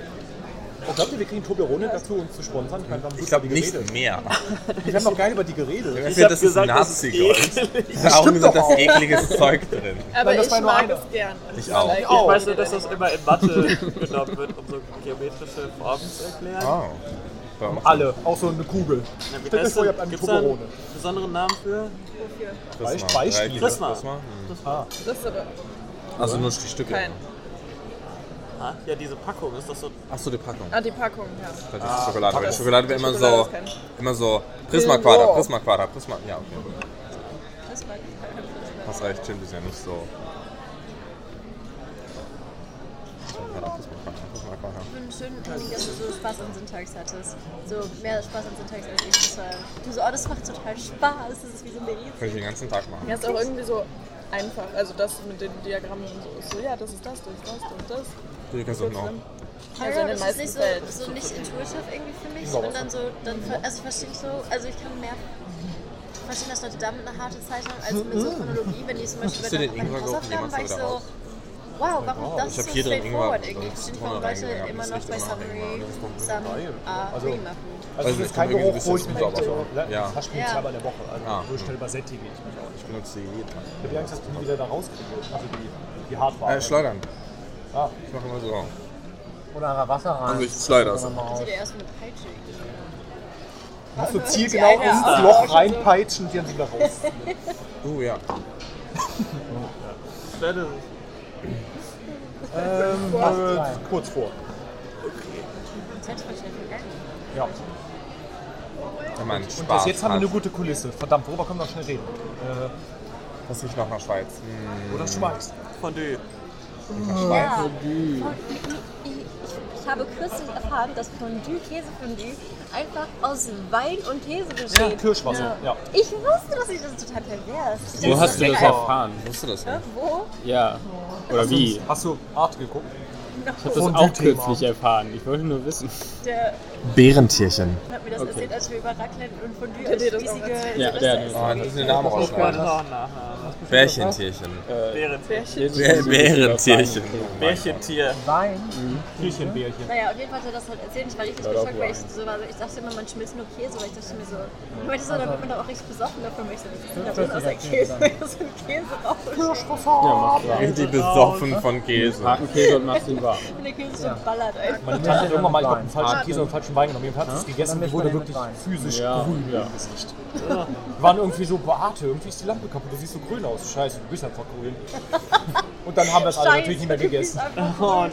A: Oh, glaubt ihr, wir kriegen Toblerone dazu, uns zu sponsern? Kein Plan,
D: Ich
A: über
D: glaube
A: die
D: nicht
A: geredet.
D: mehr.
A: Wir haben noch gar nicht über die geredet.
D: Ich
C: hab
D: finde, das ist
C: gesagt, das ist
D: Nazi-Gold. Da auch
A: Stimmt
D: sind
A: doch
D: das
A: auch.
D: ekliges Zeug drin.
B: Aber
A: das
B: ich
A: war nur
B: mag
A: eine.
B: es gerne.
D: Ich auch.
B: Ich
A: Oh.
C: Ich weiß nur, dass das immer in Mathe genommen wird, um so geometrische Formen zu erklären.
D: Oh. Warum?
A: Alle. Auch so eine Kugel.
C: Na, wie
A: Stellt euch
C: heißt
A: vor, ihr
C: das?
A: habt eine
C: Gibt's da einen
A: Toblerone.
C: besonderen Namen für?
D: Prisma.
A: Beispiele.
D: Prisma.
C: Prisma.
B: Das ist aber
D: Also nur die Stücke.
B: kein.
C: Ah, ja, diese Packung ist das so.
D: Achso, die Packung.
B: Ah, die Packung, ja.
D: Das ist Schokolade. Weil Schokolade wäre immer so,
B: Schokolade ist
D: immer so Prisma Quadrat, Prisma Quadrat, Prisma. Ja, okay. Hast recht, Chimp ist ja nicht so. Prisma Quadrat, Prisma Quadrat, Prisma Quadrat.
G: Ich finde schön, Henning, dass du so Spaß an Syntax hattest. So mehr Spaß an Syntax als ich zu haben. Du so, oh, das macht total Spaß. Das ist wie so ein Baby.
D: Könnte ich den ganzen Tag machen.
B: Ja, ist auch irgendwie so einfach. Also das mit den Diagrammen und so. ist So, ja, das ist das, das ist das, das ist das.
D: Du kannst auch noch.
B: in
G: Also
B: den
G: das ist nicht
B: meisten
G: so,
B: Fällen.
G: so nicht intuitiv irgendwie für mich. Und dann so, dann, ver- also ich verstehe nicht so, also ich kann mehr verstehen, dass Leute damit eine harte Zeit haben, als mit so Chronologie, wenn die zum Beispiel
D: Hast du
G: bei
D: den Ingwer gerochen, den
G: Hausaufgaben war ich
D: machst du wieder
G: so,
D: raus.
G: wow, warum das
D: Ich
G: ist
D: hab
G: so
D: hier drin
G: straightforward
D: Ingwer und
G: irgendwie. Stimmt,
D: Zitrone
G: warum Leute
D: reingegangen,
G: immer
D: das
G: noch
D: riecht immer
G: bei
D: nach
G: Savory
D: Ingwer.
G: Some uh,
A: Also-
G: Curry machen.
A: Also
D: Weiß
A: es
D: nicht,
A: ist kein
D: kommt
A: Geruch,
D: irgendwie
A: wo
D: so ein
A: ich mich nicht
D: bisschen
A: so.
D: sauber. Ja.
A: Das hascht mich
G: Ja.
A: zweimal in der Woche. Also
D: Ah.
A: so schnell übersättige ich mich auch nicht.
D: Ich benutze die
A: Ich habe Angst, dass ich die wieder da rauskriege. Also die, die Hardware.
D: Äh, schleudern.
A: Ah.
D: Ich mache immer so.
H: Oder einfach Wasser rein.
D: Also ich schleudere es.
G: Die der erst mit Peitsche.
A: Musst du
G: Ja,
A: zielgenau
G: ja.
A: ins Loch reinpeitschen und die dann wieder raus.
D: Uh, ja.
C: Werde
A: ähm, äh, kurz vor. Ja. Und
D: Wenn man Spaß
A: bis jetzt haben wir
D: hat.
A: eine gute Kulisse. Verdammt, worüber können wir noch schnell reden?
D: Das riecht noch nach Schweiz.
A: Äh,
D: Mhm.
A: oder Schweiz.
C: Fondue.
G: Ja. Ich, ich, ich habe kürzlich erfahren, dass Fondue, Käsefondue, einfach aus Wein und Käse
A: Ja,
G: besteht.
A: Kirschwasser. Ja.
G: Ich wusste, dass ich das total pervers. Ich
E: Wo
G: dachte,
E: hast du das
G: geil.
E: erfahren?
D: Wusstest du das nicht?
G: Wo?
E: Ja. Oder wie? Ich
A: Hast du Art geguckt?
E: habe das auch kürzlich erfahren. Ich wollte nur wissen.
G: Der
D: Bärentierchen.
G: hat mir das erzählt, als wir über Raclette und Fondue
B: Der
G: als
B: dir das auch
G: riesige
B: erzählt.
E: Ja,
G: Silvester
E: der hat
G: essen.
D: Oh, das ist den Namen rausschneiden. Bärchentierchen. Bär-
E: Jesus
D: Bärentierchen.
C: Bärchentier.
H: Wein.
A: Kirchenbärchen.
G: Naja, auf jeden Fall hat er das halt erzählt. Ich war richtig geschockt, weil ich so war. so- Ich dachte immer, man schmilzt nur Käse, weil ich dachte mir so, ich meinte so, da wird man doch auch richtig besoffen davon. weil Ich so, das ist aus der Käse, aus dem Käse raus.
D: Richtig besoffen von Käse.
E: Haken Käse und machst ihn warm.
G: Und der Käse so ballert einfach.
A: Meine Tante hat irgendwann mal ich glaub, einen falschen
H: Atmen.
A: Käse und einen falschen Wein genommen. Jemand hat es gegessen und die wurde
H: Dann mischt
A: wirklich
H: man den mit
A: physisch
E: Ja,
A: grün
E: ja.
A: im Gesicht. Wir waren irgendwie so, Beate, irgendwie ist die Lampe kaputt, du siehst so grün aus. Scheiße, du bist einfach grün. Und dann haben wir es alle natürlich nicht mehr gegessen.
C: Oh no,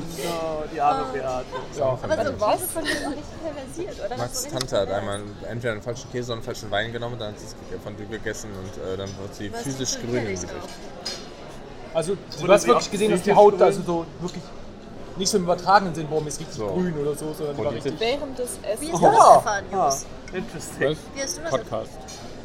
C: die arme Beate.
A: Ja.
G: Aber so Käse von dir ist auch richtig perversiert, oder? Das ist
D: Max
G: so richtig
D: Tante hat
G: pervers.
D: einmal entweder einen falschen Käse oder einen falschen Wein genommen und dann hat sie es ge- von dir gegessen und äh, dann wird sie
G: Aber es ist
D: physisch
G: so
D: grün im
G: widerlich
D: Gesicht.
G: auch.
A: Also du
C: Wurde
A: hast
C: sie
A: wirklich
C: auch
A: gesehen, dass die
C: physisch
A: Haut
C: grün?
A: also so wirklich nicht so im übertragenen Sinn, boah, mir ist richtig
D: So.
A: grün oder so, sondern die war
D: Politisch.
A: richtig.
B: Während des
G: Wie
B: Essens.
G: hast du das erfahren, Jungs?
C: Interesting.
E: Was?
G: Wie hast du das erfahren?
E: Podcast.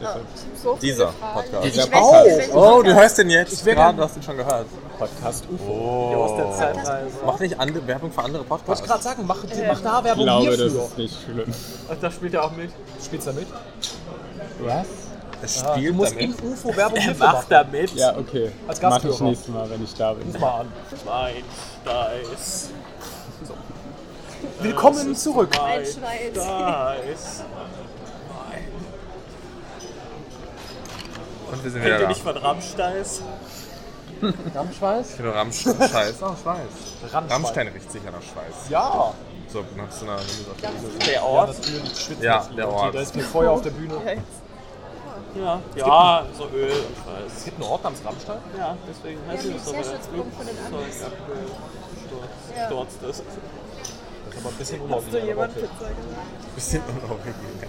B: Ich hab so viele
D: Dieser
B: Fragen.
D: Podcast.
E: Dieser
G: Ich weiß nicht,
D: Oh, du hörst den jetzt?
A: werde-
D: Gerade, du hast ihn schon gehört.
E: Podcast UFO. Oh.
C: Die aus der Zeitreise.
D: Mach nicht andere Werbung für andere
A: Ich wollte
D: Podcasts.
A: gerade sagen, mach, mach da
E: Ich
A: Werbung
E: glaube, das
A: hierfür.
E: ist nicht schlimm.
C: Ach, da spielt er auch mit.
A: Spielst du damit?
E: Was?
D: Es
A: Ja, du
D: spielt
A: musst im
D: damit.
A: UFO Werbung
C: Er
A: hierfür
C: macht
A: machen.
C: damit.
E: Ja, okay.
A: Als
E: Mach ich
A: Gastgeber.
E: nächstes Mal, wenn ich da bin.
A: Ruf mal an.
C: Mein Steiß.
A: Willkommen zurück.
G: Ein
C: Mein
G: Schweiz.
C: Steiß.
D: Und wir sind wieder
C: Kennt ihr
D: da.
C: nicht von Rammsteiß?
H: Dampfschweiß.
D: Genau, Rammstein. Scheiß nach Schweiß.
A: Rammstein.
D: Rammstein riecht sicher nach Schweiß.
A: Ja.
D: So, dann hast du eine.
C: Der
A: Ja,
C: Ort?
A: natürlich. Schwitzen
D: Ja,
A: das
D: der
A: Leute.
D: Ort.
A: Da ist viel Feuer auf der Bühne.
C: Ja, ja so Öl und Scheiß.
A: Es gibt einen Ort namens Rammstein.
C: Ja, deswegen heißt
G: Ja,
C: es so. äh,
G: Militärschutzgruppen von den Amis. Ja.
C: Sturz das.
A: Das ist aber ein bisschen
B: Hast du
A: unauffällig.
B: jemand Pizza gesagt?
D: Bisschen unoriginell.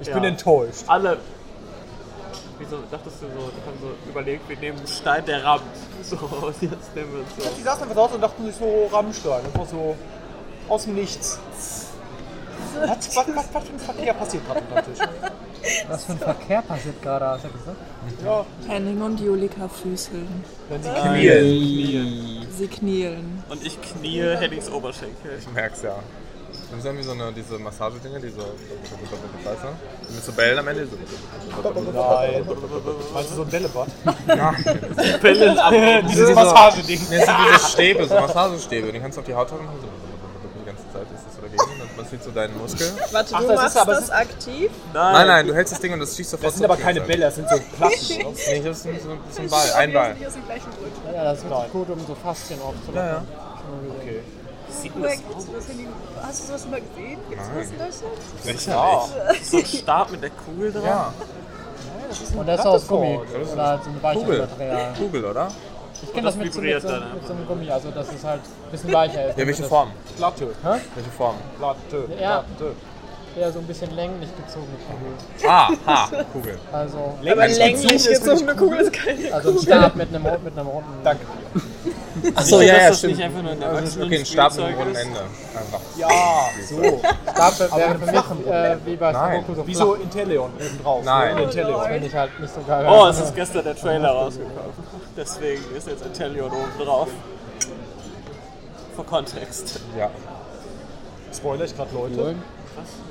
A: Ich
C: Ja.
A: bin enttäuscht.
C: Alle. Wieso dachtest du so? Ich habe so überlegt, wir nehmen einen Stein, der rammt. So, und jetzt nehmen wir es so.
A: Die saßen einfach draußen und dachten sich so Rammstein. Einfach so aus dem Nichts. Was, was, was, was für ein Verkehr passiert gerade unter dem Tisch?
H: Was für ein Verkehr passiert gerade, hast du gesagt?
A: Ja.
B: Henning und Julika füßeln.
A: Wenn sie
B: Sie knielen.
C: Und ich knie Hennings Oberschenkel.
D: Ich merk's ja. Dann haben wir so eine, diese Massagedinge, diese. Weißt du? ne? Mit so Bällen am Ende. So.
A: Nein. Meinst du so ein Bällebad?
C: Bälle ab.
A: Dieses Massageding.
D: Ne, es sind diese Stäbe, so Massagestäbe. Die kannst du auf die Haut haben und dann so. Die ganze Zeit ist das so dagegen. Dann passiert so deinen Muskel.
B: Warte,
A: Ach,
B: du
A: das ist
B: machst
A: aber-
B: das aktiv?
D: Nein, nein, du hältst das Ding und das schießt sofort
A: Das sind aber
D: zurück.
A: keine Bälle, das sind so Platten. oder?
D: Nee, das ist ein, so ein- so ein Ball, ein Ball.
G: Aus dem gleichen Grund.
H: Ja, das ist wirklich gut, um so Faszien aufzulockern.
D: Ja, ja.
A: Okay.
C: Sieht
G: Woher
C: das
G: gibt's das in die- Hast du sowas schon mal gesehen? Gibt es
D: Nein.
G: das in Deutschland?
D: Sicher.
C: so ein Stab mit der Kugel dran?
D: Ja,
H: Und das ist aus Gummi.
A: Plattform.
D: Das ist
H: Oder halt so ein weiches
D: Kugel.
H: Material.
D: Kugel, oder?
H: Ich kenne
C: das
H: das mit so,
C: vibriert
H: mit, so,
C: dann
H: mit so einem Gummi, also dass es halt ein bisschen weicher ist.
D: Ja, welche Form?
A: Platte.
D: Welche Form?
A: Platte.
H: Ja.
A: Platte.
H: Ja, so ein bisschen länglich gezogene Kugel.
D: Ah, ha, Kugel.
H: Also,
A: Aber
B: Länglich gezogene Kugel ist keine
H: also ein Stab mit einem, mit einem runden.
A: Danke.
D: Achso,
C: ja, ja, stimmt. Also,
D: Okay, ein Stab mit einem runden Ende. Einfach.
A: Ja, so.
H: Stab wäre für
A: flachen
H: mich äh, wie bei
D: Nein.
H: Sudoku so
A: Wie
H: flach.
A: so Inteleon eben drauf.
D: Nein.
A: Ne? Inteleon.
H: Wenn ich halt nicht so geil
C: Oh, es ist gestern der Trailer rausgekommen. Deswegen ist jetzt Intellion oben drauf. Für Kontext.
D: Ja.
A: Spoiler ich gerade Leute.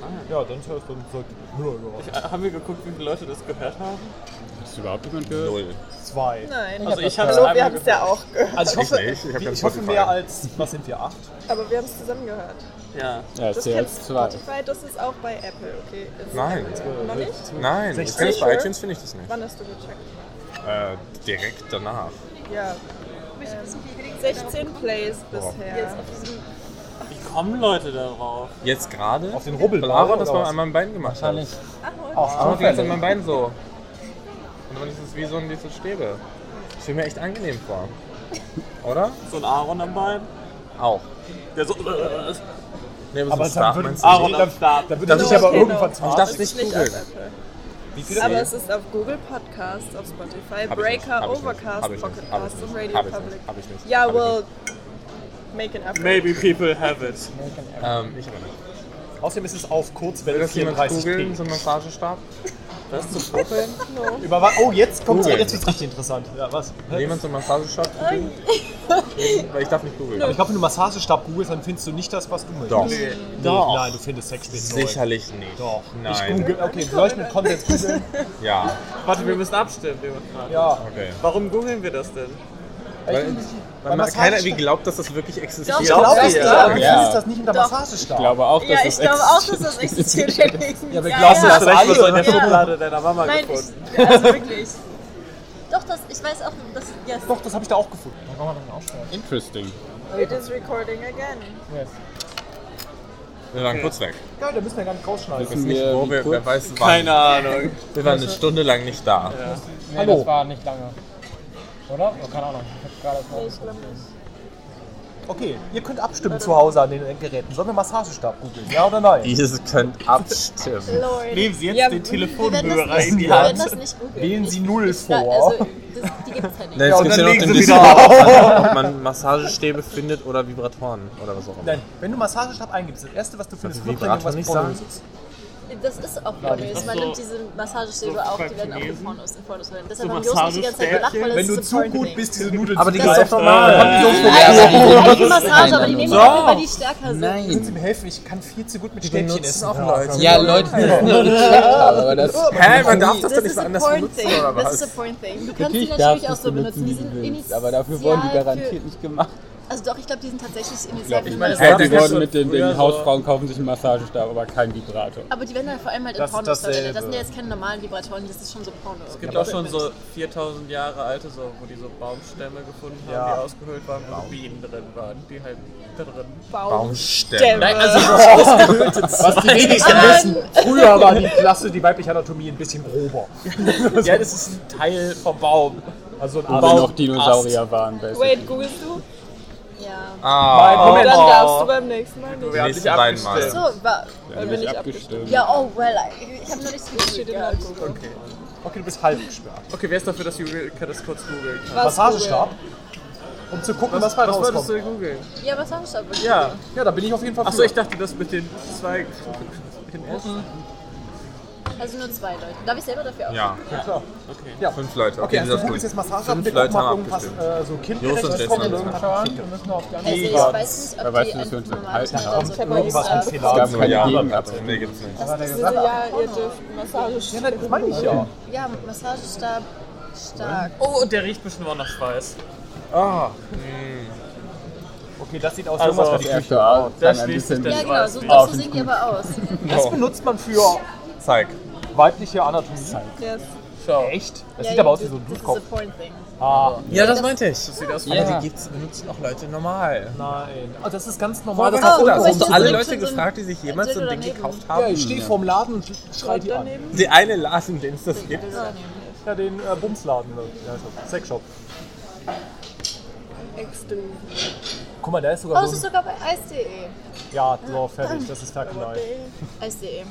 E: Nein.
A: Ja, dann hörst du und sagt, ja, ja.
C: Haben wir geguckt, wie viele Leute das gehört haben?
E: Hast du überhaupt jemand gehört?
D: Null.
A: zwei.
B: Nein,
C: Also ich habe es
B: hallo, wir
C: einmal
B: haben es ja auch gehört.
A: Also ich hoffe,
D: nicht, ich hab kein
A: ich hoffe
D: Spotify.
A: mehr als, was sind wir, acht?
B: Aber wir haben es zusammen gehört.
C: Ja.
E: Ja,
B: Das
E: zählt
B: kennst
E: zwei.
B: Spotify, das ist auch bei Apple, okay? Ist
D: Nein.
B: Noch nicht?
D: Nein, ich
A: Sechzehn.
D: kenne es bei iTunes, finde ich das nicht.
B: Wann hast du gecheckt?
D: Äh, direkt danach.
B: Ja. 16 Plays bisher.
C: Wie kommen Leute darauf?
D: Jetzt gerade?
A: Auf den Rubbel.
D: Von Aaron, das
A: oder
D: man
A: was?
D: an meinem Bein gemacht hat.
H: Wahrscheinlich.
D: Aaron hat die
H: Auch
D: ganze Zeit an meinem Bein so. Und dann ist es wie so ein diese Stäbe. Das fiel mir echt angenehm vor. Oder?
C: So ein Aaron am Bein?
D: Auch.
C: Der so. äh,
D: Nee,
A: Aber
D: so
A: dann
D: ein
A: Ah,
D: Stab
A: würde
D: meinst du?
C: Aaron
A: dann,
C: am Stab.
A: dann würde
D: Das
A: ich
D: ist
A: aber
D: okay,
A: irgendwann
D: Ich darf es
A: verarschen.
D: nicht
B: Nicht
D: googeln.
B: auf Apple.
D: Wie viele?
B: Aber es ist auf Google Podcasts, auf Spotify,
D: Hab ich nicht,
B: Breaker,
D: hab ich nicht, hab
B: Overcast,
D: ich
B: Pocket
D: nicht, hab ich
B: Casts
D: nicht,
B: und Radio
D: hab ich
B: Public.
D: nicht, hab ich nicht,
B: Ja,
D: hab ich
B: well, make an effort.
C: Maybe people have it.
D: Ähm, ich aber nicht.
A: Außerdem ist es auf Kurzwelle
D: Will das jemand
A: 34
D: googeln,
A: P.
D: so einen Massagestab?
C: Was zum Popeln?
A: Über wa- Oh, jetzt kommt
D: Googeln.
A: jetzt wird's richtig interessant. Ja, was?
D: Will jemand so einen Massagestab googeln? Weil ich darf nicht
A: Aber
D: googeln.
A: ich glaube, wenn du Massagestab googelst, dann findest du nicht das, was du möchtest.
D: Doch.
A: Nee,
D: Doch.
A: Nein, du findest Sexspielzeug.
D: Sicherlich nicht.
A: Doch. Ich
D: Nein.
A: google, okay, soll ich mit Konsens googeln?
D: Ja,
C: Warte, wir müssen abstimmen, wir fragen.
A: Ja.
D: okay.
C: Warum googeln wir das denn?
D: Weil, weil man keiner wie glaubt, dass das wirklich existiert.
G: Doch, ich
A: Glaub ich,
C: Ja.
A: ja. du
E: Ja.
A: findest das nicht unter
G: Doch.
E: Ich
A: Massagestab.
E: glaube auch, dass
G: Ja,
E: das
G: ich glaube auch, dass das existiert. ja, wir glauben
C: Hast du
A: alle
C: recht, was soll in der
G: hören.
C: Schublade deiner Mama
G: Nein,
C: gefunden?
G: ich, also wirklich. Doch, das, ich weiß auch, dass. Yes.
A: Doch, das habe ich da auch gefunden.
E: Interesting.
B: It is recording again.
D: Wir waren kurz weg.
A: Ja, da müssen wir gar nicht rausschneiden.
D: Wissen nicht,
E: wir,
D: wo
E: wie
D: wir, wer
E: kurz-
D: weiß wann.
C: Keine Ahnung.
D: Wir waren eine Stunde lang nicht da.
H: Nee,
A: Hallo.
H: das war nicht lange. Oder? Oh, keine Ahnung. Ich hab gerade
B: Nee,
H: mal.
B: ich glaube nicht.
A: Okay, ihr könnt abstimmen zu Hause an den Geräten. Sollen wir Massagestab googeln? Ja oder nein?
D: Ihr könnt abstimmen.
G: Lord.
C: Nehmen Sie jetzt
B: Ja,
C: den
G: wir werden das
C: Telefonhörer
G: nicht,
C: in die
G: wir werden
C: Hand.
G: das nicht googeln.
A: Wählen
G: Ich-
A: Sie null
G: ich, da-
A: vor.
G: Also, das, die gibt es halt nicht.
D: Nein, es
A: Ja,
D: gibt
A: und
D: ja
A: dann
D: noch
A: legen
D: den
A: sie
D: Diskurs, ob man Massagestäbe findet oder Vibratoren oder was auch immer.
A: Nein, wenn du Massagestab eingibst, das erste, was du findest,
D: Darf
A: wird
D: ich
A: dann
D: Vibrator
A: irgendwas
D: nicht
A: Pornöses.
G: Das ist auch Pornos. Man
C: so-
G: nimmt diese Massagestäbe auch, die werden auch in
C: Chinesen.
G: Pornos, in Pornos werden. Deshalb haben Jos die ganze Zeit gelacht, weil das
A: Wenn
G: ist
A: du
G: so
A: zu
G: porn
A: gut
G: thing.
A: bist, diese Nudeln
D: Aber die
A: zu
D: gibt's
A: greifen,
D: doch normal.
A: dann haben die so viel
G: Nein,
A: Wert.
G: das ist eigene Massage, aber die nehmen wir einfach, weil die stärker sind.
A: Können Sie mir helfen? Ich kann viel zu gut mit
D: Die
A: Stäbchen
D: nutzen
A: essen.
D: auch Leute.
E: Ja, Leute, die das nur gecheckt haben, aber das.
D: Hä, man darf das doch
G: Das
D: nicht
G: ist
D: mal
G: a
D: anders
G: porn
D: benutzen
G: thing.
D: oder
G: Das ist a
D: was?
G: porn thing. Du kannst die
E: Natürlich darfst
G: natürlich
E: du
G: auch
E: es
G: so benutzen. Die sind
E: willst, aber dafür wurden die
G: initial
E: garantiert nicht gemacht.
G: Für, also doch, ich glaube, die sind tatsächlich initial für
E: Ich
G: Männer.
D: der
E: glaube, die
D: kannst
E: wurden
D: du
E: mit dem Ding,
D: früher so-
E: Hausfrauen kaufen sich einen Massagestab, aber keinen Vibrator.
G: Aber die werden dann vor allem halt in
A: Das ist
G: Pornos verwendet. Das
A: dasselbe.
G: sind ja jetzt keine normalen Vibratoren, das ist schon so Porno.
C: Es gibt auch schon so 4000 Jahre alte, so, wo die so Baumstämme gefunden haben,
A: Ja.
C: die ausgehöhlt waren, wo so Bienen drin waren, die halt da drin.
D: Baumstämme.
A: Was die wenigsten wissen, früher war die Klasse, die weibliche Anatomie ein bisschen grober.
C: Ja, das ist ein Teil vom Baum.
A: Also ein
E: Aber
A: Baum-
E: noch Dinosaurier waren,
B: Wait,
E: basically.
B: googelst du?
G: Ja.
D: Ah,
B: Dann
C: Oh.
B: darfst du beim nächsten Mal nicht.
D: die nächsten beiden Mal.
G: So, war,
B: Dann bin
E: Nicht
B: ich
E: abgestimmt.
G: ja, oh well, I- ich habe noch nichts
B: Steht
G: gespielt.
B: in
G: Ja.
B: der Google.
A: Okay, du bist halb gesperrt.
C: Okay, wer ist dafür, dass Eureka das kurz googeln kann?
B: Was
A: Massagestab, um zu gucken, was, mal
C: Was wolltest
A: rauskommt.
C: du googeln?
G: ja, was haben wir schon?
C: Ja.
A: Ja, da bin ich auf jeden Fall
C: Achso, ich dachte, das mit den zwei. Den ersten.
G: Also nur zwei Leute. Darf ich selber dafür auch?
D: Ja,
C: Okay.
D: fünf Leute.
A: Okay,
D: Okay,
A: also
D: das
A: du
D: ist
A: googelst jetzt
D: gut.
A: Massage ab,
D: Fünf
A: wir gucken
D: Leute
A: mal
D: haben
A: irgendwas
D: abgestimmt.
A: äh, so
D: Jos und
A: kindgerechtes
D: Jess
A: kommt und
D: haben
A: irgendwas
H: Schauen, wir müssen auf die andere.
G: Also ich
A: Gott.
G: weiß nicht, ob
E: Wer weiß
G: die
E: nicht, was wir uns
G: einfach
E: unterhalten
G: normal sind,
E: haben.
G: also
A: Irgendwas mit
G: Pornos,
E: Es
A: Fehler.
E: gab
A: Ja,
E: keine
D: Ja,
E: Gegenabstimmung.
D: nee, gibt's nicht.
B: Das ist diese, ja, ihr dürft Massagestäbe.
A: das meine ich ja.
G: äh, Ja, Massagestab, stark.
C: Oh, und der riecht bestimmt auch nach Schweiß.
D: Ah,
A: Okay, das sieht aus
C: Also,
A: irgendwas mit
E: Das erste Mal
C: Da
E: klang ein
C: schließt sich
E: bisschen. Hm.
C: der
G: Ja,
A: Ah,
G: genau,
E: Das
G: so,
C: Schweiß.
G: das so sehen die aber aus.
A: Das benutzt man für
D: zeig.
A: weibliche Anatomie.
B: Yes.
A: Echt? Das
G: ja,
A: sieht aber
G: ja,
A: aus wie so ein
G: das ist
A: Duschkopf.
G: a porn thing.
A: Ah,
D: Ja, das meinte ich.
C: Sieht aus wie
D: Aber die gibt's, benutzen auch Leute normal.
A: nein. Oh, das ist ganz normal.
D: Was
A: Das
D: hast du
G: Oh,
D: da?
G: du
D: Hast du
G: möchtest
D: alle
G: direkt
D: Leute
G: schon so ein
D: gefragt, die sich jemals so ein
G: Dildo
D: Ding
G: daneben.
D: gekauft
A: ja,
D: haben?
A: ich stehe vorm Laden und schrei die an.
D: Die eine Laden, den es das gibt.
A: Ja, den äh, Bumsladen. ne? Ja, ist das. Sexshop.
B: Extrem.
A: Guck mal, da ist
G: Oh,
A: sogar
G: das ist
A: so ein...
G: sogar bei ice.de.
A: Ja, so, fertig. Das ist verknallt.
G: Ah, Eis.de.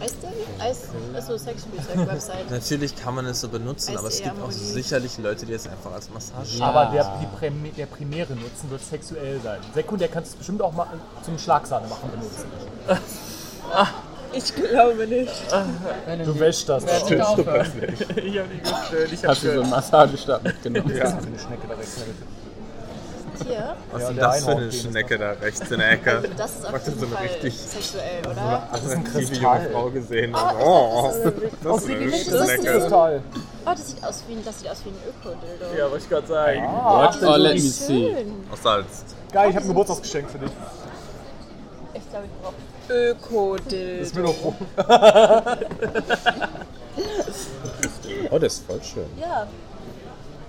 G: Eis.de? Eis. Achso, Sexspielzeug-Website.
D: Natürlich kann man es so benutzen, eh, aber es
G: Eis eher
D: gibt auch
G: Harmonie.
D: sicherlich Leute, die es einfach als Massage
A: Aber der, die Prämi- der primäre Nutzen wird sexuell sein. Sekundär kannst du es bestimmt auch mal zum Schlagsahne machen benutzen.
B: Ich glaube nicht.
A: Du wäschst das. doch.
H: Bitte aufhören.
C: Ich hab die gestört, ich hab
E: Hast du so einen Massagestab mitgenommen?
A: Das ist eine Schnecke da rechts.
G: Tier.
D: Was
A: Ja,
D: ist denn
A: der
D: das für eine
A: Einhorn-Penis
D: Schnecke da rechts in der
G: Also
D: Ecke?
G: das ist auf
D: Macht das
G: jeden
D: so eine
G: Fall
D: richtig
G: sexuell, oder?
D: attraktive junge
A: Kristall.
D: Frau gesehen.
G: Oh,
D: Oh,
G: ich dachte,
D: das ist eine
G: Welches ist
D: Schnecke.
G: das?
A: Toll.
G: Oh, das sieht aus wie ein, das sieht aus wie ein Öko-Dildo.
D: Ja, wollte ich gerade sagen.
E: Watch or Oh, let me
G: Wie
E: see.
G: schön.
D: Aus Salz.
A: Geil, ich habe ein Geburtstagsgeschenk für dich.
G: Ich glaube, ich brauche
A: Das
B: Ökodil.
A: ist mir doch froh.
E: Oh, das ist voll schön.
G: Ja,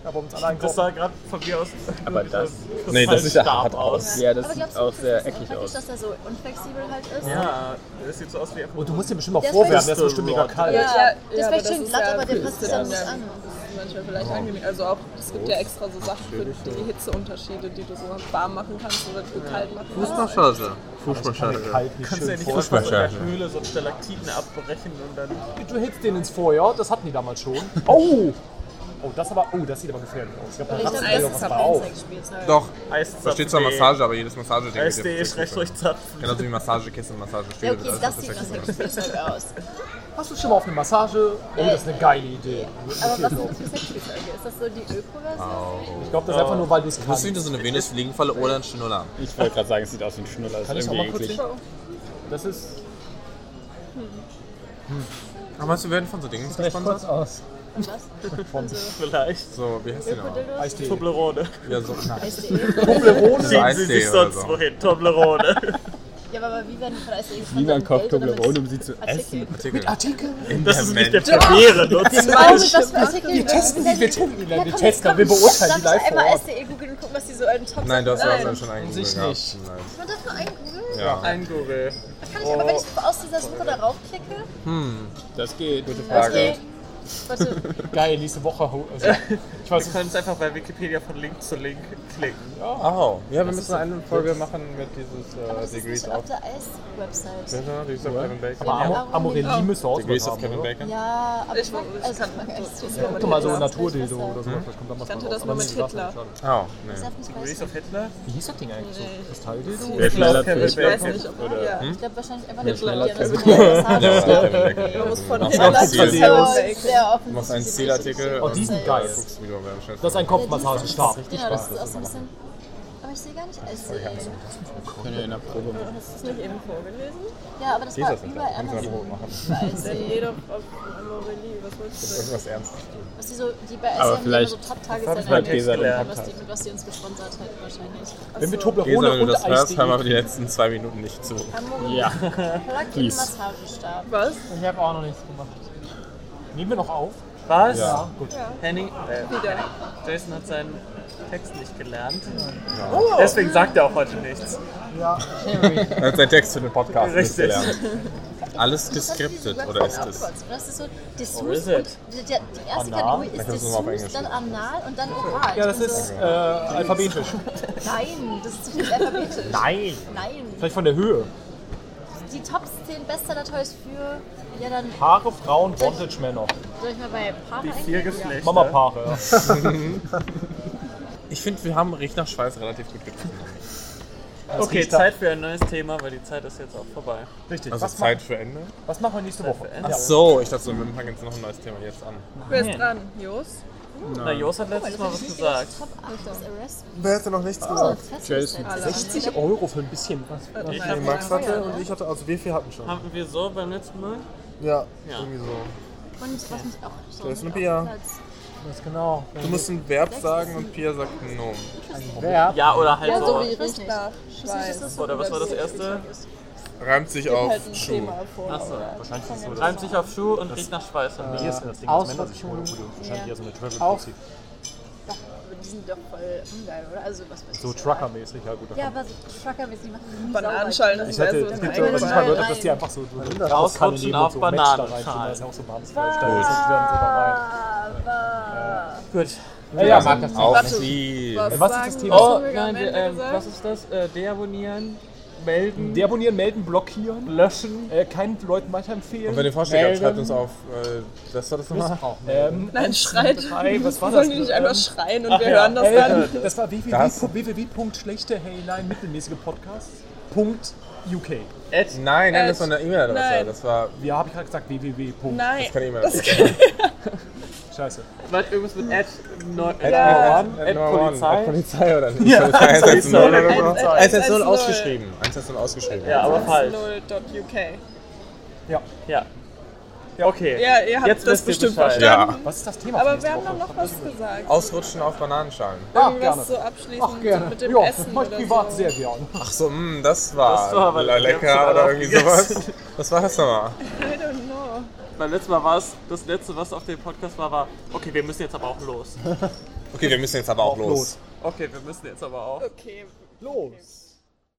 A: Aber um uns alle
C: Das
A: einkaufen.
C: sah gerade von mir aus. Äh,
E: Aber das.
C: Das
E: Nee, das
C: halt
E: sieht ja
C: starb
E: hart aus. Ja, das
G: aber
E: sieht
G: glaubst du,
E: auch
G: das
E: sehr
G: ist
E: eckig
G: praktisch,
E: aus.
G: dass er so unflexibel halt ist?
C: Ja, Ah, das sieht so aus wie einfach.
A: Und du musst dir bestimmt mal
G: Der ist
A: vorwerfen,
G: vielleicht-
A: der ist bestimmt mega kalt.
G: Ja,
B: Ja,
G: der
B: ja,
G: ist
B: aber
G: vielleicht
B: das
G: schön
B: ist
G: glatt,
B: ja-
G: aber der passt sich
B: ja,
G: dann nicht
B: ja.
G: an.
B: Das ist manchmal vielleicht angenehm. Also auch, es gibt ja extra so Sachen für die Hitzeunterschiede, die du so warm machen kannst oder die du kalt machen kannst.
D: Fußballscharte.
A: Mir
D: Fußballscharte.
A: kalt nicht
C: kannst du ja
A: schön
C: nicht
A: vor.
C: aus der
D: Fußballschale.
C: Höhle so Stalaktiten abbrechen und dann.
A: Du hältst den ins Vorjahr, das hatten die damals schon. Oh! Oh, das aber, oh, das sieht aber gefährlich aus. Ich glaube, da
G: Ich
A: hat's
G: glaube,
A: mir
G: das
A: doch
G: ist
A: was bei auf.
G: Verbrennungsspielzeug.
D: Doch,
C: Eiszapfen.
D: da steht zwar Massage, aber jedes Massageding ist
C: Eisdee, Schrägstrich Zapfen.
D: Genauso wie Massagekissen,
G: Ja,
D: Massagestühle.
G: okay, das sieht nach Sexspielzeug aus.
A: Hast du schon mal auf eine Massage? Oh, das ist eine geile Idee.
G: Aber was sind das für Sexspielzeuge? Ist das so die Öko-Version?
A: Ich glaube, das ist einfach nur, weil du es
D: Das
A: kannst.
D: ist wieder so eine Venusfliegenfalle oder ein Schnuller.
E: Ich wollte gerade sagen, es sieht aus wie ein Schnuller. Das
A: Kann
E: ist
A: ich auch
E: irgendwie
A: mal kurz
E: eklig.
A: schauen? Das ist.
D: Aber meinst du, wir werden von so Dingen
H: Recht kurz
D: gesponsert?
H: aus.
G: Und was?
C: Vielleicht.
D: So, wie heißt die nochmal?
G: Öko-Dildos?
A: Eistee.
C: Toblerone.
D: Ja, so.
G: Eistee.
A: Toblerone.
D: Diese
C: Ziehen Sie
D: Eisdee
C: sich
D: oder
C: sonst
D: so.
C: wohin. Toblerone.
G: Ja, aber wie werden die von Eistee gesponsert?
E: Niemand kauft
G: Geld oder mit
E: Toblerone, um sie zu
G: Artikel?
E: essen.
D: Artikel.
A: Artikel.
C: Das ist nicht der
D: Mensch.
C: Premiere-Nutzen.
G: Genau, mit was für Artikeln
A: Wir testen die, wir testen die, wir
G: komm,
A: testen,
G: komm,
A: wir beurteilen die
G: Darf
A: live
G: ich
A: vor
G: einmal
A: Ort.
G: SDE googeln und gucken, was die so einen Top
D: Nein, du hast
G: Nein.
D: ja schon einen
A: Sich
D: Google
A: nicht.
D: gehabt. Nein.
G: Man darf nur einen googeln?
D: Ja.
C: Ein Google.
G: Kann ich aber, wenn ich aus dieser Suche darauf klicke?
E: Das geht. Gute
G: Das
E: Frage.
G: geht. Warte,
A: Geil, nächste Woche. ho- Also, ich weiß
C: Wir
A: nicht.
C: können es einfach bei Wikipedia von Link zu Link klicken.
D: Oh, ja, wir müssen eine Folge machen mit dieses
G: aber
D: äh,
G: das ist
D: Degrees
G: nicht
D: of
G: auf der Eis-Website.
D: Better, Degrees of Kevin
A: Aber
D: Bacon.
G: Ja.
A: Amo- Amorelie müsste auch
D: Degrees
A: was
D: of
A: haben,
D: Kevin
A: oder?
D: Bacon.
G: Ja, aber
B: Ich- ich
G: also,
B: kann-
G: mag Eis-
B: ich kann-
A: Guck mal, so
G: Ja,
A: ein
G: das ist
A: Naturdildo
G: besser.
A: oder so. Vielleicht kommt da mal was
B: kannte
A: raus.
B: das nur
A: Aber
B: mit
A: nee, das
B: Hitler.
A: ist nicht
D: Oh,
G: Das
D: nee.
G: darf nicht
C: Race
G: Eis-
C: of Hitler?
A: Wie hieß das Ding eigentlich so? Kristalldildo?
B: Ich
C: Hitler,
E: Schneller
C: Kevin
B: weiß
E: Kevin
C: Bacon.
B: nicht, ob man ja.
G: Ich glaube wahrscheinlich einfach
E: Ja,
G: nicht
E: schneller
G: blockieren. Das
E: Kevin.
G: macht
D: Ja,
G: ja
D: aber
G: was
D: Kevin
G: haben.
D: Bacon.
B: Man muss von
D: Machst
B: Hitler
D: auch
B: zu
D: Ziel.
B: Hitler.
G: Das
D: Du machst
G: ist sehr offensichtlich.
D: einen Zielartikel
A: Oh, die sind
D: äh,
A: geil.
D: guckst, wie du beim Chef
A: Das ist ein
D: bist.
A: Kopfmassagestab. Richtig
G: Genau, das
A: Spaß.
G: ist auch so ein bisschen. Aber ich sehe gar nicht E. Eis.
E: Können wir in der Probe machen.
B: Hast du es nicht eben vorgelesen?
G: Ja, aber das
D: Lies das
G: war
D: nicht.
G: überall
D: Kannst du eine
G: anders.
D: Probe machen.
B: Dann geh doch auf Amorelie. Was wolltest du
D: Irgendwas ernst.
G: Was die so, die bei
E: Aber
G: Eis immer
E: vielleicht-
G: so
C: Das hab ich
G: Top-Tage
C: mal
E: Gesa
C: gelernt.
E: den
G: was die,
E: Podcast.
G: mit was die uns gesponsert hat wahrscheinlich.
A: Wenn wir
D: Gesa,
A: Toblerone
D: wenn du
A: und
D: das hörst, hör mal
A: Eisdee...
D: die letzten zwei Minuten nicht zu.
G: Amorelie.
E: Ja. Please.
G: Plug-in-Massagestab.
B: Was?
H: Ich habe auch noch nichts gemacht.
A: Nehmen wir noch auf?
C: Was?
D: Ja.
C: Henning, äh,
B: Wieder.
C: Jason hat seinen Text nicht gelernt. Deswegen sagt er auch heute nichts.
D: Er hat seinen Text für den Podcast nicht
C: Richtig.
D: gelernt. Alles
G: Interessant, wie diese
D: geskriptet,
G: Website
D: oder ist es?
G: aufgebaut ist. Das ist so Dessous
C: Or is
G: und
C: it?
G: die, die, die erste
A: Anal?
G: Kategorie
D: Vielleicht
G: ist
D: müssen wir mal auf
G: Dessous,
D: Englisch
G: dann anal und dann oral.
A: Ja,
G: Ich
A: das
G: bin
A: ist
G: So,
A: äh, alphabetisch.
G: nein, das ist zu viel alphabetisch.
A: Nein.
G: Nein.
A: Vielleicht von der Höhe.
G: Die Top 10 Bestseller-Toys für. Ja, dann
A: Haare, Frauen, Bondage, Männer.
G: soll ich mal bei Paare
C: Vier
G: eingehen?
C: Geschlechter.
A: Mama Paare. ja.
D: Ich finde, wir haben riecht nach Schweiß relativ gut getroffen.
A: Das
C: Okay,
A: riecht da-
C: Zeit für ein neues Thema, weil die Zeit ist jetzt auch vorbei.
A: Richtig.
D: Also
A: was,
D: Zeit für Ende.
A: machen, was machen wir nächste Woche?
C: Ende.
D: Ach so, ich dachte, so, wir fangen jetzt noch ein neues Thema jetzt an.
B: Wer ist dran? Jos?
C: Na, Jos hat letztes Mal was gesagt.
G: Top 8 des Arrest.
D: Wer hätte noch nichts
G: Oh,
D: gesagt?
G: Festgestellt.
B: Alle.
A: 60 Euro für ein bisschen was.
C: Ich
B: Nein.
C: hab,
D: Max hatte und ich hatte, also wir vier hatten schon.
C: haben wir so beim letzten Mal?
D: Ja,
C: Ja.
D: irgendwie so.
G: Und was mich auch so.
D: Da ist eine Bea.
A: Das genau.
D: Du musst ein Verb sagen und Pia sagt ein Nomen.
A: Wer?
C: Ja, oder halt
B: Ja, so
C: so.
B: wie Richter. Schweiß.
C: Oder was war das erste?
D: Reimt sich
B: Gib
D: auf
B: halt ein
D: Schuh.
B: Thema vor.
C: Achso.
A: Wahrscheinlich ist es so, dass
C: Reimt sich auf Schuh und riecht nach Schweiß. Und
A: hier
C: Bier.
A: ist das Ding, dass Männer sich holen. Wahrscheinlich eher so eine Travel-Prinzip.
G: Die sind doch voll ungeil, oder? Also, was weiß ich.
A: So Trucker-mäßig, ja gut.
G: Ja, aber so Trucker-mäßig machen die
B: Bananenschalen
A: Ich
B: also ist
G: ist
B: wäre
A: hatte,
B: so
A: es
B: ein
A: gibt so, was ich mal gehört habe, dass die
G: Rein.
A: einfach so, so
C: Rausrutschen
A: Rauskanne
C: auf
A: so Match da
C: Bananenschalen.
A: reinschieben, Da ist ja auch so Bananenfleisch. Da ist
G: Ah,
C: Gut.
A: Ja, ja, mag das
D: Auf
B: Warte.
D: sie.
A: ist
B: Was,
A: das
B: sagen
A: Thema?
B: die
C: Oh,
B: Zuhörer am
C: nein,
B: Ende
C: de, ähm,
B: gesagt?
C: was ist das? Äh, deabonnieren, melden,
A: Deabonnieren, melden, blockieren.
C: löschen.
A: Äh, keinen Leuten
D: Und wenn
A: weiterempfehlen.
D: ihr Vorschläge habt,
A: Melden.
D: schreibt uns auf. Äh, was war das nochmal?
A: Ähm,
B: Nein, schreit.
A: Drei, was war das?
B: Sollen die nicht einfach schreien und wir
A: Ja,
B: hören das
A: äh,
B: dann?
A: Das war
D: Das-
A: www.schlechte Heyline mittelmäßige Podcast. www.uk.
D: Nein, nein,
B: Äh,
D: das war eine E-Mail-Adresse.
B: nein.
D: Das war.
A: Wie habe ich gerade gesagt? www.
B: Nein.
D: Das kann E-Mail-Adresse.
A: Scheiße.
C: Was, irgendwas mit Ad, Neu-
D: At
C: Ad, Ad,
D: Polizei?
C: Polizei?
D: Polizei oder nicht? Polizei ist jetzt
A: Polizei.
D: null oder so.
B: Eins- eins-
D: Eins
B: eins-
D: ist null
B: null.
D: ausgeschrieben. Eins ist null ausgeschrieben.
C: Ja, aber falsch.
B: 0.uk.
A: Ja.
C: Ja. Okay.
B: Ja, ihr habt
C: Jetzt
B: das
C: wisst ihr
B: bestimmt
C: Bescheid.
B: verstanden.
D: Ja.
A: Was ist das Thema? für
B: Aber
A: nächste
B: wir haben
A: Woche?
B: doch noch was gesagt.
D: Ausrutschen auf Bananenschalen.
A: Ah,
B: Irgendwas
A: gerne.
B: so abschließend
A: Ach, gerne.
B: mit dem
A: ja,
B: Essen
A: mach ich
B: oder
A: privat
B: so.
A: sehr gern.
D: Ach so, mh, das war,
C: Das war aber
D: le-
C: wir
D: lecker
C: haben
D: oder
C: schon
D: irgendwie
C: gegessen.
D: sowas. Was war das nochmal?
B: I don't know.
C: Beim letzten Mal war es, das letzte, was auf dem Podcast war, war, okay, wir müssen jetzt aber auch los.
D: Okay, wir müssen jetzt aber auch los.
C: Okay, wir müssen jetzt aber auch.
B: Okay.
A: Los.